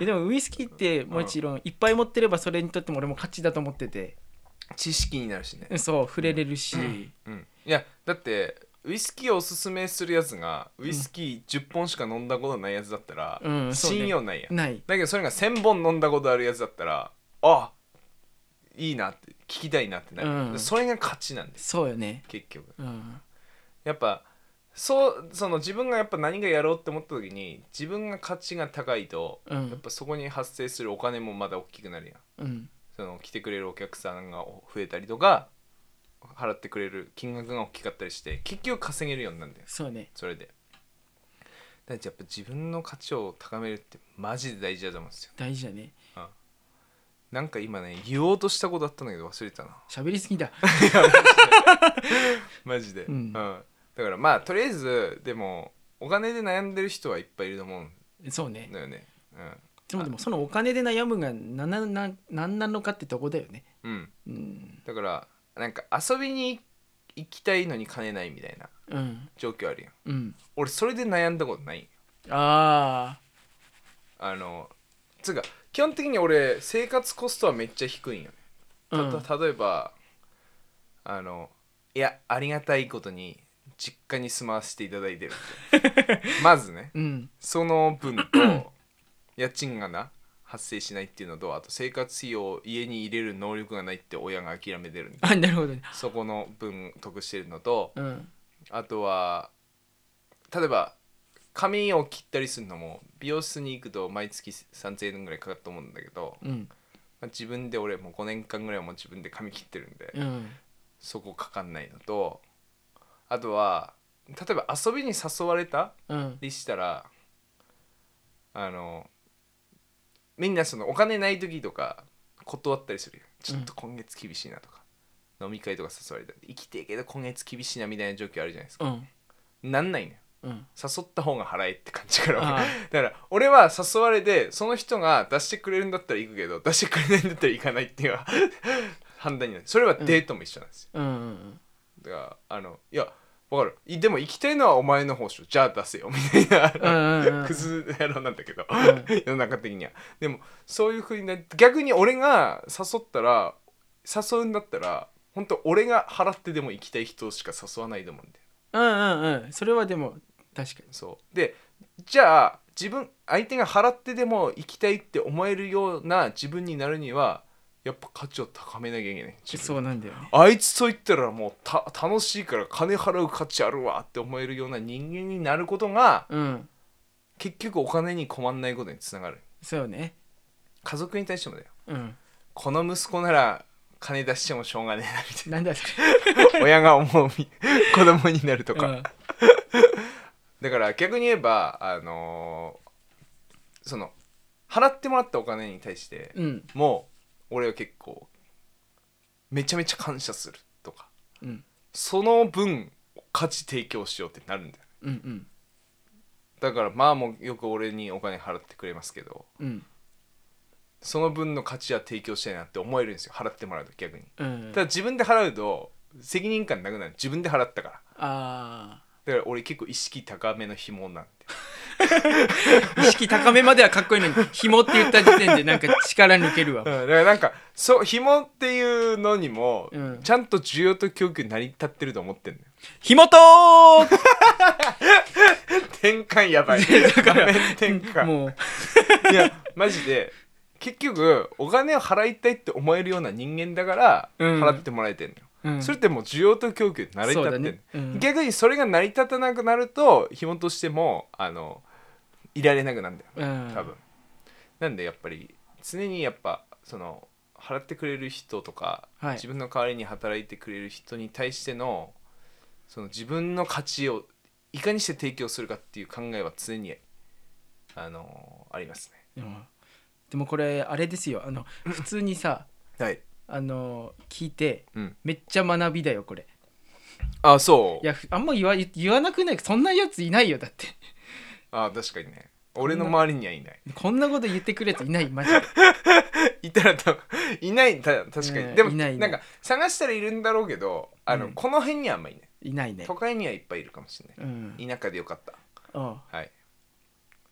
Speaker 2: え でもウイスキーってもちろんいっぱい持ってればそれにとっても俺も価値だと思ってて
Speaker 1: 知識になるしね、
Speaker 2: そう触れれるし、
Speaker 1: うん、いやだってウイスキーをおすすめするやつがウイスキー10本しか飲んだことないやつだったら、
Speaker 2: うんそうね
Speaker 1: 信用ないやん、
Speaker 2: ない
Speaker 1: だけどそれが1000本飲んだことあるやつだったらあいいなって聞きたいなってなる、
Speaker 2: うん
Speaker 1: それが勝ちなんです
Speaker 2: そうよね
Speaker 1: 結局
Speaker 2: うん
Speaker 1: やっぱそうその自分がやっぱ何がやろうって思った時に自分が価値が高いと、
Speaker 2: うん
Speaker 1: やっぱそこに発生するお金もまだ大きくなるやん
Speaker 2: うん
Speaker 1: その来てくれるお客さんが増えたりとか払ってくれる金額が大きかったりして結局稼げるようになるんだよ
Speaker 2: そうね
Speaker 1: それでだってやっぱ自分の価値を高めるってマジで大事だと思うんですよ
Speaker 2: 大事だね
Speaker 1: なんか今ね言おうとしたことあったんだけど忘れたな
Speaker 2: 喋りす ぎだ
Speaker 1: いやマジでマジで、
Speaker 2: うん
Speaker 1: だからまあとりあえずでもお金で悩んでる人はいっぱいいると思うん
Speaker 2: そうね
Speaker 1: だよねう
Speaker 2: でもでもそのお金で悩むが何なななんなのかってとこだよね
Speaker 1: ん、うん、
Speaker 2: うん
Speaker 1: だからなんか遊びに行きたいのに金ないみたいな
Speaker 2: うん
Speaker 1: 状況あるやん
Speaker 2: うん
Speaker 1: 俺それで悩んだことない
Speaker 2: ああ
Speaker 1: あのつうか基本的に俺生活コストはめっちゃ低いんよね
Speaker 2: う
Speaker 1: た
Speaker 2: ん
Speaker 1: た例えばあのいやありがたいことに実家に住まわせていただいてる まずね
Speaker 2: うん
Speaker 1: その 分と家賃がな発生しないっていうのとあと生活費を家に入れる能力がないって親が諦めてるんで
Speaker 2: あなるほどね
Speaker 1: そこの分得してるのと
Speaker 2: うん
Speaker 1: あとは例えば髪を切ったりするのも美容室に行くと毎月3,000円ぐらいかかると思うんだけど、
Speaker 2: うん
Speaker 1: まあ自分で俺もう5年間ぐらいはもう自分で髪切ってるんで、
Speaker 2: うん
Speaker 1: そこかかんないのとあとは例えば遊びに誘われた
Speaker 2: うん
Speaker 1: りしたらあのみんなそのお金ない時とか断ったりするよちょっと今月厳しいなとか、飲み会とか誘われたり生きてえけど今月厳しいなみたいな状況あるじゃないですか、
Speaker 2: うん
Speaker 1: なんないのよ
Speaker 2: うん
Speaker 1: 誘った方が払えって感じから
Speaker 2: あ
Speaker 1: だから俺は誘われてその人が出してくれるんだったら行くけど出してくれないんだったら行かないっていう 判断になるそれはデートも一緒なんですよ、
Speaker 2: うんうん
Speaker 1: だからあのいやわかるいでも行きたいのはお前の方でしょじゃあ出せよみたい
Speaker 2: うんう
Speaker 1: な、
Speaker 2: んうん
Speaker 1: クズ野郎なんだけど、
Speaker 2: う
Speaker 1: 世の中的にはでもそういうふうになって逆に俺が誘ったら誘うんだったら本当俺が払ってでも行きたい人しか誘わないと思うんだよ
Speaker 2: うんうんうんそれはでも確かに
Speaker 1: そうでじゃあ自分相手が払ってでも行きたいって思えるような自分になるにはやっぱ価値を高めなきゃいけない自分
Speaker 2: そうなんだよね
Speaker 1: あいつと言ったらもうた楽しいから金払う価値あるわって思えるような人間になることが
Speaker 2: うん
Speaker 1: 結局お金に困んないことにつながる
Speaker 2: そうね
Speaker 1: 家族に対してもだよ
Speaker 2: うん
Speaker 1: この息子なら金出してもしょうがねえなみ
Speaker 2: なんだそ
Speaker 1: たいな親が思うみ 子供になると
Speaker 2: れ
Speaker 1: か、だから逆に言えばあのーその払ってもらったお金に対して
Speaker 2: うん
Speaker 1: もう俺は結構めちゃめちゃ感謝するとか
Speaker 2: うん
Speaker 1: その分価値提供しようってなるんだよ
Speaker 2: うんうん
Speaker 1: だからまあもうよく俺にお金払ってくれますけど
Speaker 2: うん
Speaker 1: その分の価値は提供したいなって思えるんですよ払ってもらうと逆に
Speaker 2: うん
Speaker 1: ただ自分で払うと責任感なくなる自分で払ったから
Speaker 2: あ
Speaker 1: だから俺結構意識高めの紐なんで
Speaker 2: ー意識高めまではかっこいいのに紐って言った時点でなんか力抜けるわ
Speaker 1: うんだからなんかそう紐っていうのにも、
Speaker 2: うん
Speaker 1: ちゃんと需要と供給成り立ってると思ってんのよ
Speaker 2: 紐とー
Speaker 1: 転換やばい
Speaker 2: だから
Speaker 1: 画面転換
Speaker 2: もう
Speaker 1: いやマジで結局お金を払いたいって思えるような人間だから
Speaker 2: うん
Speaker 1: 払ってもらえてんのよ、
Speaker 2: うん
Speaker 1: それってもう需要と供給成り立ってん
Speaker 2: そうだ
Speaker 1: の、
Speaker 2: ねうん
Speaker 1: 逆にそれが成り立たなくなると紐としてもあのいられなくなるんだよ
Speaker 2: うん
Speaker 1: 多分、なんでやっぱり常にやっぱその払ってくれる人とか、
Speaker 2: はい
Speaker 1: 自分の代わりに働いてくれる人に対してのその自分の価値をいかにして提供するかっていう考えは常にあのあります
Speaker 2: でもでもこれあれですよあの普通にさ
Speaker 1: ねはい
Speaker 2: あの聞いて
Speaker 1: うん
Speaker 2: めっちゃ学びだよこれ
Speaker 1: あそう
Speaker 2: いやふあんま言わ言わなくないそんなやついないよだって
Speaker 1: あ確かにね俺の周りにはいない
Speaker 2: こんなこと言ってくるやついないマジで
Speaker 1: いたら多分 いないた確かに、
Speaker 2: うん
Speaker 1: でも
Speaker 2: いないいない
Speaker 1: んか探したらいるんだろうけどあの、
Speaker 2: うん
Speaker 1: この辺にはあんまりいない
Speaker 2: いないね
Speaker 1: 都会にはいっぱいいるかもしれな
Speaker 2: うん
Speaker 1: い田舎でよかった
Speaker 2: あ
Speaker 1: はい。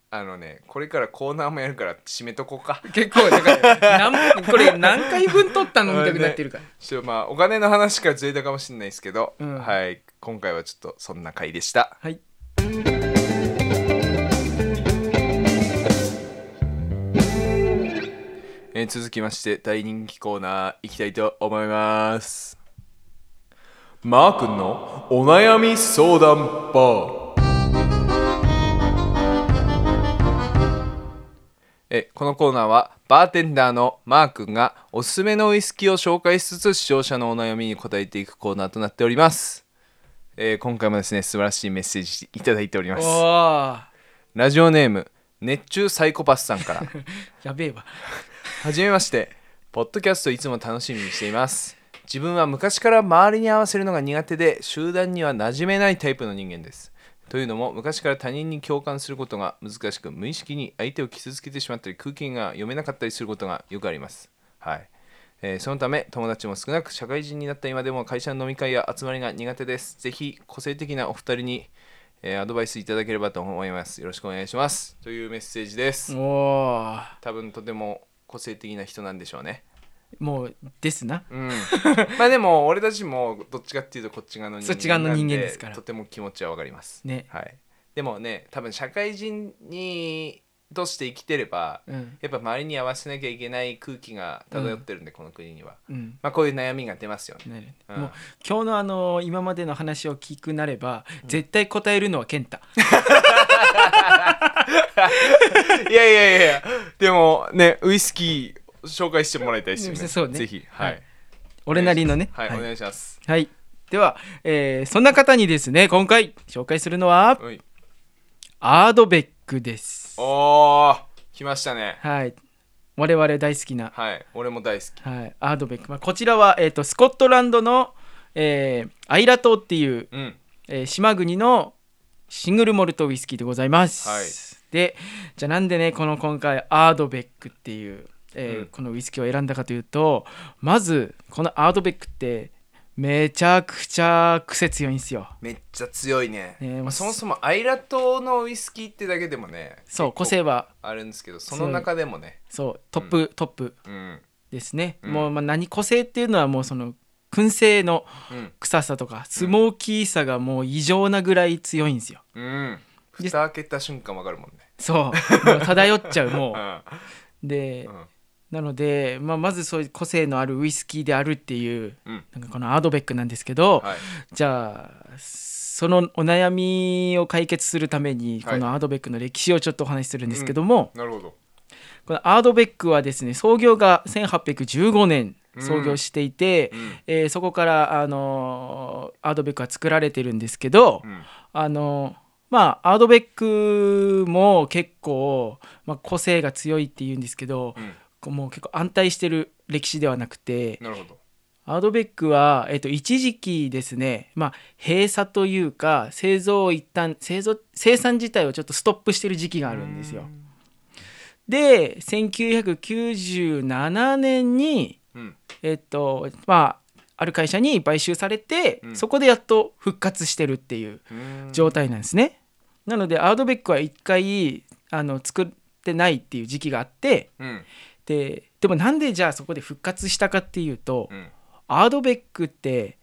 Speaker 1: あのね、これからコーナーもやるから締めとこうか。
Speaker 2: あ結構だから何これ何回分取ったのみたいになってるから、
Speaker 1: ちょまあお金の話からずれたかもしれないですけど、
Speaker 2: うん
Speaker 1: はい、今回はちょっとそんな回でした。
Speaker 2: はい
Speaker 1: えー続きまして大人気コーナー行きたいと思います。マー君のお悩み相談バー。えこのコーナーはバーテンダーのマー君がおすすめのウイスキーを紹介しつつ視聴者のお悩みに答えていくコーナーとなっております、えー今回もですね素晴らしいメッセージいただいております
Speaker 2: お
Speaker 1: ラジオネーム熱中サイコパスさんから
Speaker 2: ーやべえわ
Speaker 1: はじめまして。ポッドキャストいつも楽しみにしています。自分は昔から周りに合わせるのが苦手で、集団には馴染めないタイプの人間です。というのも、昔から他人に共感することが難しく、無意識に相手を傷つけてしまったり、空気が読めなかったりすることがよくあります。はい。えーそのため友達も少なく社会人になった今でも会社の飲み会や集まりが苦手です。ぜひ個性的なお二人に、えーアドバイスいただければと思います。よろしくお願いします。というメッセージです。
Speaker 2: おー
Speaker 1: 多分とても個性的な人なんでしょう ね
Speaker 2: も うですな
Speaker 1: うんまあでも俺たちもどっちかっていうとこっち側の人間
Speaker 2: そっち側の人間ですから
Speaker 1: なんとても気持ちはわかります
Speaker 2: ね
Speaker 1: はいでもね多分社会人にとして生きてれば
Speaker 2: うん
Speaker 1: やっぱ周りに合わせなきゃいけない空気が漂ってるんで、この国には
Speaker 2: うん
Speaker 1: まあこういう悩みが出ますよね
Speaker 2: ね
Speaker 1: うん
Speaker 2: もう今日のあの今までの話を聞くなれば、絶対答えるのは健太
Speaker 1: いやいやいやいやでもねウイスキー紹介してもらいたいですよね
Speaker 2: そうね
Speaker 1: ぜひはい、
Speaker 2: はい俺なりのね
Speaker 1: はい、
Speaker 2: はい
Speaker 1: お願いします
Speaker 2: はいでは、えーそんな方にですね今回紹介するのは
Speaker 1: はい
Speaker 2: アードベックです
Speaker 1: おお来ましたね
Speaker 2: はい我々大好きな、
Speaker 1: はい俺も大好き
Speaker 2: はい、アードベック、まあ、こちらは、えー、とスコットランドの、えーアイラ島っていう、
Speaker 1: うん
Speaker 2: えー島国のシングルモルトウイスキーでございます、
Speaker 1: はい
Speaker 2: でじゃあなんでねこの今回アードベックっていう、えー
Speaker 1: うん
Speaker 2: このウイスキーを選んだかというとまずこのアードベックってめちゃくちゃ癖強いんですよ
Speaker 1: めっちゃ強いね
Speaker 2: ねえ
Speaker 1: ま
Speaker 2: も
Speaker 1: あ、
Speaker 2: う
Speaker 1: そもそもアイラ島のウイスキーってだけでもね
Speaker 2: そう個性
Speaker 1: は
Speaker 2: は
Speaker 1: あるんですけどその中でもね
Speaker 2: そうトップ、トップ
Speaker 1: うん
Speaker 2: ですね、
Speaker 1: うん
Speaker 2: もうまあ何個性っていうのはもうその燻製の
Speaker 1: うん
Speaker 2: 臭さとかスモーキーさがもう異常なぐらい強いんですよ
Speaker 1: うん
Speaker 2: で
Speaker 1: 蓋開けた瞬間わかるもんね
Speaker 2: そうもう漂っちゃう
Speaker 1: う
Speaker 2: も
Speaker 1: ん
Speaker 2: うで
Speaker 1: うん
Speaker 2: なので、まあ、まずそういう個性のあるウイスキーであるっていう
Speaker 1: うん
Speaker 2: なんかこのアードベックなんですけど、
Speaker 1: はい
Speaker 2: じゃあそのお悩みを解決するために
Speaker 1: はい
Speaker 2: このアードベックの歴史をちょっとお話しするんですけども、
Speaker 1: なるほど
Speaker 2: このアードベックはですね創業が1815年
Speaker 1: うん
Speaker 2: 創業していて、
Speaker 1: うん
Speaker 2: えーそこから、あのーアードベックは作られてるんですけど、
Speaker 1: うん
Speaker 2: あのまあアードベックも結構、まあ、個性が強いって言うんですけど、
Speaker 1: うん
Speaker 2: こうもう結構安泰してる歴史ではなくて
Speaker 1: なるほど
Speaker 2: アードベックは、えっと、一時期ですね、まあ、閉鎖というか製造を一旦製造生産自体をちょっとストップしてる時期があるんですよ。で1997年に、
Speaker 1: うん
Speaker 2: えっとまあ、ある会社に買収されて、
Speaker 1: うん
Speaker 2: そこでやっと復活してるっていう
Speaker 1: うん
Speaker 2: 状態なんですね。なのでアードベックは一回あの作ってないっていう時期があって
Speaker 1: うん
Speaker 2: ででもなんでじゃあそこで復活したかっていうと、
Speaker 1: うん
Speaker 2: アードベックって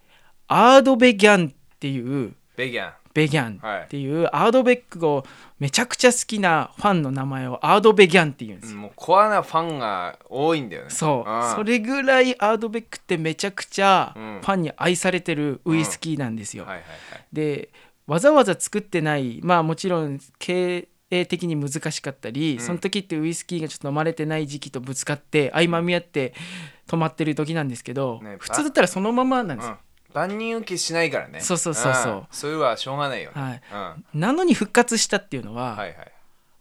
Speaker 2: アードベギャンっていう
Speaker 1: ベギャン
Speaker 2: ベギャン
Speaker 1: は
Speaker 2: っていうアードベックをめちゃくちゃ好きなファンの名前をアードベギャンっていうんで
Speaker 1: い
Speaker 2: す
Speaker 1: う
Speaker 2: よ。
Speaker 1: んもうコアなファンが多いんだよね
Speaker 2: そ
Speaker 1: あ
Speaker 2: うそれぐらいアードベックってめちゃくちゃ
Speaker 1: うん
Speaker 2: ファンに愛されてるウイスキーなんですよ。
Speaker 1: はいはいはい
Speaker 2: でわざわざ作ってないまあもちろん経営的に難しかったり、
Speaker 1: うん
Speaker 2: その時ってウイスキーがちょっと飲まれてない時期とぶつかって相まみ合って止まってる時なんですけど、
Speaker 1: ね
Speaker 2: 普通だったらそのままなんです
Speaker 1: う
Speaker 2: よ、
Speaker 1: ん万人受けしないからね
Speaker 2: そうそうそうそうん
Speaker 1: それはしょうがないよね
Speaker 2: はい、
Speaker 1: うんは
Speaker 2: なのに復活したっていうのは、
Speaker 1: いはい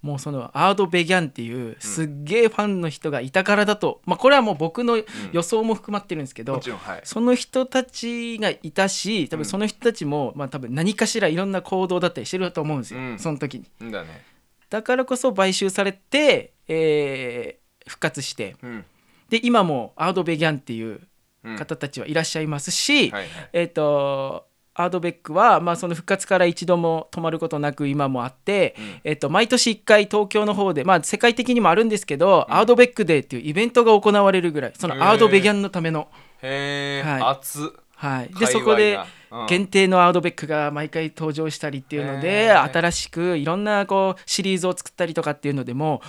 Speaker 2: もうそのアード・ベギャンっていうすっげえファンの人がいたからだと、まあこれはもう僕の予想も含まってるんですけど、
Speaker 1: もちろんはい
Speaker 2: その人たちがいたし多分その人たちも、まあ、多分何かしらいろんな行動だったりしてると思うんですよ、
Speaker 1: うん
Speaker 2: その時に。
Speaker 1: うんだね
Speaker 2: だからこそ買収されて、えー復活して
Speaker 1: うん
Speaker 2: で今もアード・ベギャンっていう
Speaker 1: うん
Speaker 2: 方たちはいらっしゃいますし、
Speaker 1: はいはい
Speaker 2: えっ、とアードベックは、まあ、その復活から一度も止まることなく今もあって、
Speaker 1: うん
Speaker 2: えっと毎年1回東京の方で、まあ、世界的にもあるんですけど、
Speaker 1: うん
Speaker 2: アードベックデーっていうイベントが行われるぐらいそのアードベギャンのための、
Speaker 1: へえ、
Speaker 2: はい
Speaker 1: 熱っ
Speaker 2: はい、で
Speaker 1: 界
Speaker 2: そ
Speaker 1: 隈
Speaker 2: こで
Speaker 1: がうん
Speaker 2: 限定のアードベックが毎回登場したりっていうの
Speaker 1: へ
Speaker 2: で
Speaker 1: ー
Speaker 2: 新しくいろんなこうシリーズを作ったりとかっていうのでも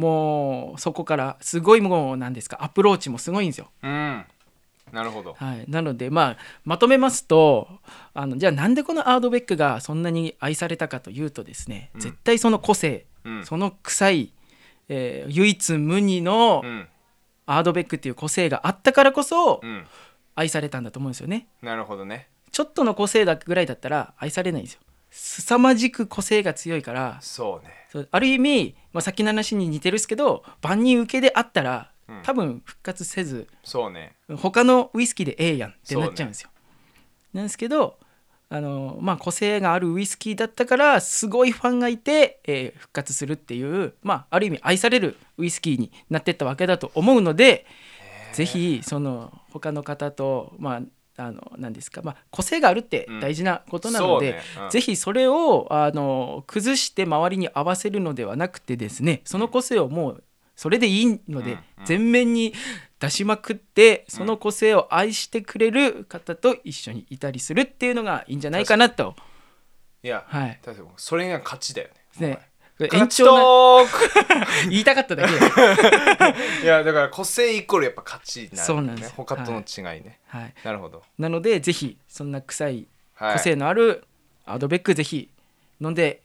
Speaker 2: もうそこからすごいもうなんですかアプローチもすごいんですよ。
Speaker 1: うん、うんなるほど
Speaker 2: はい、なので、まあ、まとめますとあのじゃあなんでこのアードベックがそんなに愛されたかというとですね、
Speaker 1: うん
Speaker 2: 絶対その個性
Speaker 1: うん
Speaker 2: その臭い、えー唯一無二の
Speaker 1: うん
Speaker 2: アードベックっていう個性があったからこそ
Speaker 1: うん
Speaker 2: 愛されたんだと思うんですよね
Speaker 1: なるほどね
Speaker 2: ちょっとの個性だぐらいだったら愛されないんですよ凄まじく個性が強いから
Speaker 1: そうね
Speaker 2: そうある意味、まあ、さっきの話に似てるっすけど万人受けであったら
Speaker 1: うん
Speaker 2: 多分復活せず、
Speaker 1: そうね
Speaker 2: 他のウイスキーでええやんってなっちゃうんですよ。なんですけどあの、まあ、個性があるウイスキーだったからすごいファンがいて、えー復活するっていう、まあ、ある意味愛されるウイスキーになってったわけだと思うのでぜひその他の方と、まあ、あの何ですか、まあ、個性があるって大事なことなので。
Speaker 1: そうねうん
Speaker 2: ぜひそれをあの崩して周りに合わせるのではなくてですねその個性をもうそれでいいの
Speaker 1: う
Speaker 2: で
Speaker 1: んうん
Speaker 2: 全面に出しまくってその個性を愛してくれる方と一緒にいたりするっていうのがいいんじゃないかなと、
Speaker 1: いや
Speaker 2: はい、
Speaker 1: 確かにそれが勝ちだよね
Speaker 2: ね
Speaker 1: お前
Speaker 2: 延
Speaker 1: 勝ち
Speaker 2: 長な
Speaker 1: トー
Speaker 2: 言いたかっただけ、
Speaker 1: ク いやだから個性イコールやっぱ勝ちになる、ね、
Speaker 2: そうなんですよ
Speaker 1: 他との違いね、
Speaker 2: はい、
Speaker 1: なるほど、
Speaker 2: なのでぜひそんな臭い
Speaker 1: はい、
Speaker 2: 個性のあるアドベックぜひ飲んで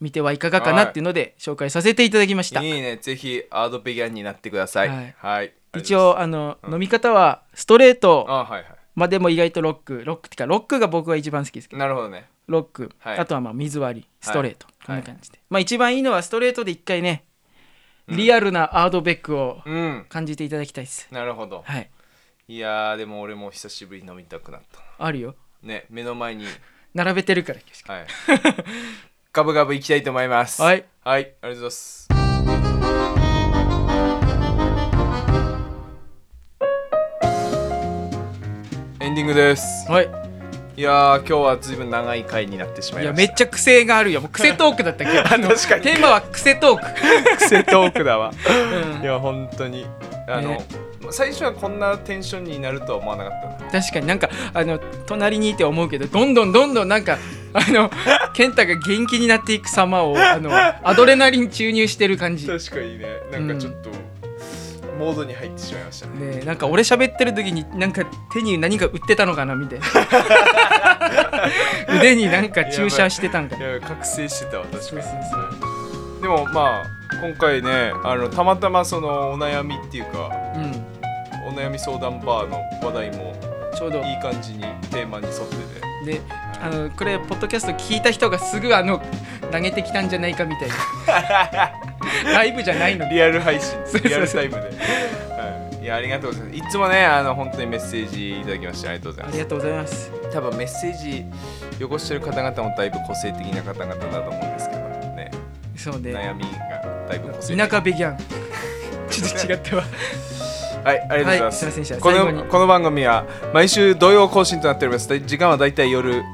Speaker 2: みてはいかがかなっていうので紹介させていただきました。
Speaker 1: いいねぜひアードベギャンになってください
Speaker 2: はい
Speaker 1: はい、
Speaker 2: 一応あの、飲み方はストレート
Speaker 1: あはいはい
Speaker 2: まあでも意外とロックロックってかロックが僕が一番好きですけど
Speaker 1: なるほどね
Speaker 2: ロック、
Speaker 1: はい
Speaker 2: あとはまあ水割りストレート、
Speaker 1: はい
Speaker 2: こんな感じで、まあ一番いいのはストレートで一回ね
Speaker 1: うん
Speaker 2: リアルなアードベックを
Speaker 1: うん
Speaker 2: 感じていただきたいです、
Speaker 1: なるほど
Speaker 2: はい
Speaker 1: いやーでも俺も久しぶりに飲みたくなったな
Speaker 2: あるよ
Speaker 1: ね目の前に
Speaker 2: 並べてるから
Speaker 1: はいガブガブいきたいと思います
Speaker 2: はい、
Speaker 1: はい、ありがとうございますエンディングです
Speaker 2: はい
Speaker 1: いやー今日はずいぶん長い回になってしま
Speaker 2: い
Speaker 1: い
Speaker 2: や
Speaker 1: ま
Speaker 2: め
Speaker 1: し
Speaker 2: っちゃ癖があるよもう癖トークだったけど
Speaker 1: 確かに
Speaker 2: テーマは癖トーク、
Speaker 1: た癖トークだわ
Speaker 2: う ん
Speaker 1: いや本当にあの、
Speaker 2: ね
Speaker 1: 最初はこんなテンションになるとは思わなかったな
Speaker 2: 確かになんかあの隣にいて思うけどどんどんどんどんなんかあの健太が元気になっていく様をあのアドレナリン注入してる感じ
Speaker 1: 確かにねなんかちょっと、モードに入ってしまいましたね
Speaker 2: ねえなんか俺喋ってる時になんか手に何か売ってたのかな みたいな腕になんか注射してたんか
Speaker 1: い
Speaker 2: な
Speaker 1: や覚醒してたわ確か
Speaker 2: そう
Speaker 1: に
Speaker 2: そうそう
Speaker 1: でもまあ今回ねあのたまたまそのお悩みっていうか
Speaker 2: うん
Speaker 1: お悩み相談バーの話題も
Speaker 2: ちょうど
Speaker 1: いい感じにテーマに沿ってて
Speaker 2: であのこれポッドキャスト聞いた人がすぐあの投げてきたんじゃないかみたい なライブじゃないのに
Speaker 1: リアル配信
Speaker 2: そうそうそう
Speaker 1: リアルタイムで、はい、いやありがとうございますいつもねあの本当にメッセージいただきましてありがとうござい
Speaker 2: あ
Speaker 1: ま
Speaker 2: り
Speaker 1: す
Speaker 2: がとうございます
Speaker 1: 多分メッセージ汚してる方々もだいぶ個性的な方々だと思うんですけどね
Speaker 2: そうね
Speaker 1: 悩みがだいぶ個性的
Speaker 2: 田舎ベギャンちょっと違ったわ
Speaker 1: はい、ありがとうございま
Speaker 2: はい
Speaker 1: す。
Speaker 2: すいませんでした
Speaker 1: こ
Speaker 2: 最後
Speaker 1: の
Speaker 2: に
Speaker 1: この番組は毎週土曜更新となっております。だい時間はだいたい夜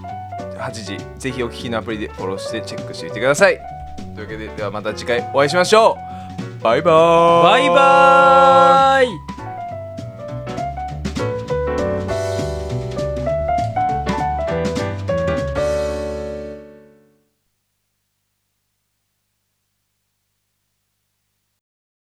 Speaker 1: 8時。ぜひお聞きのアプリでフォローしてチェックしてみてください。というわけで、ではまた次回お会いしましょう。バイバーイ。
Speaker 2: バイバーイ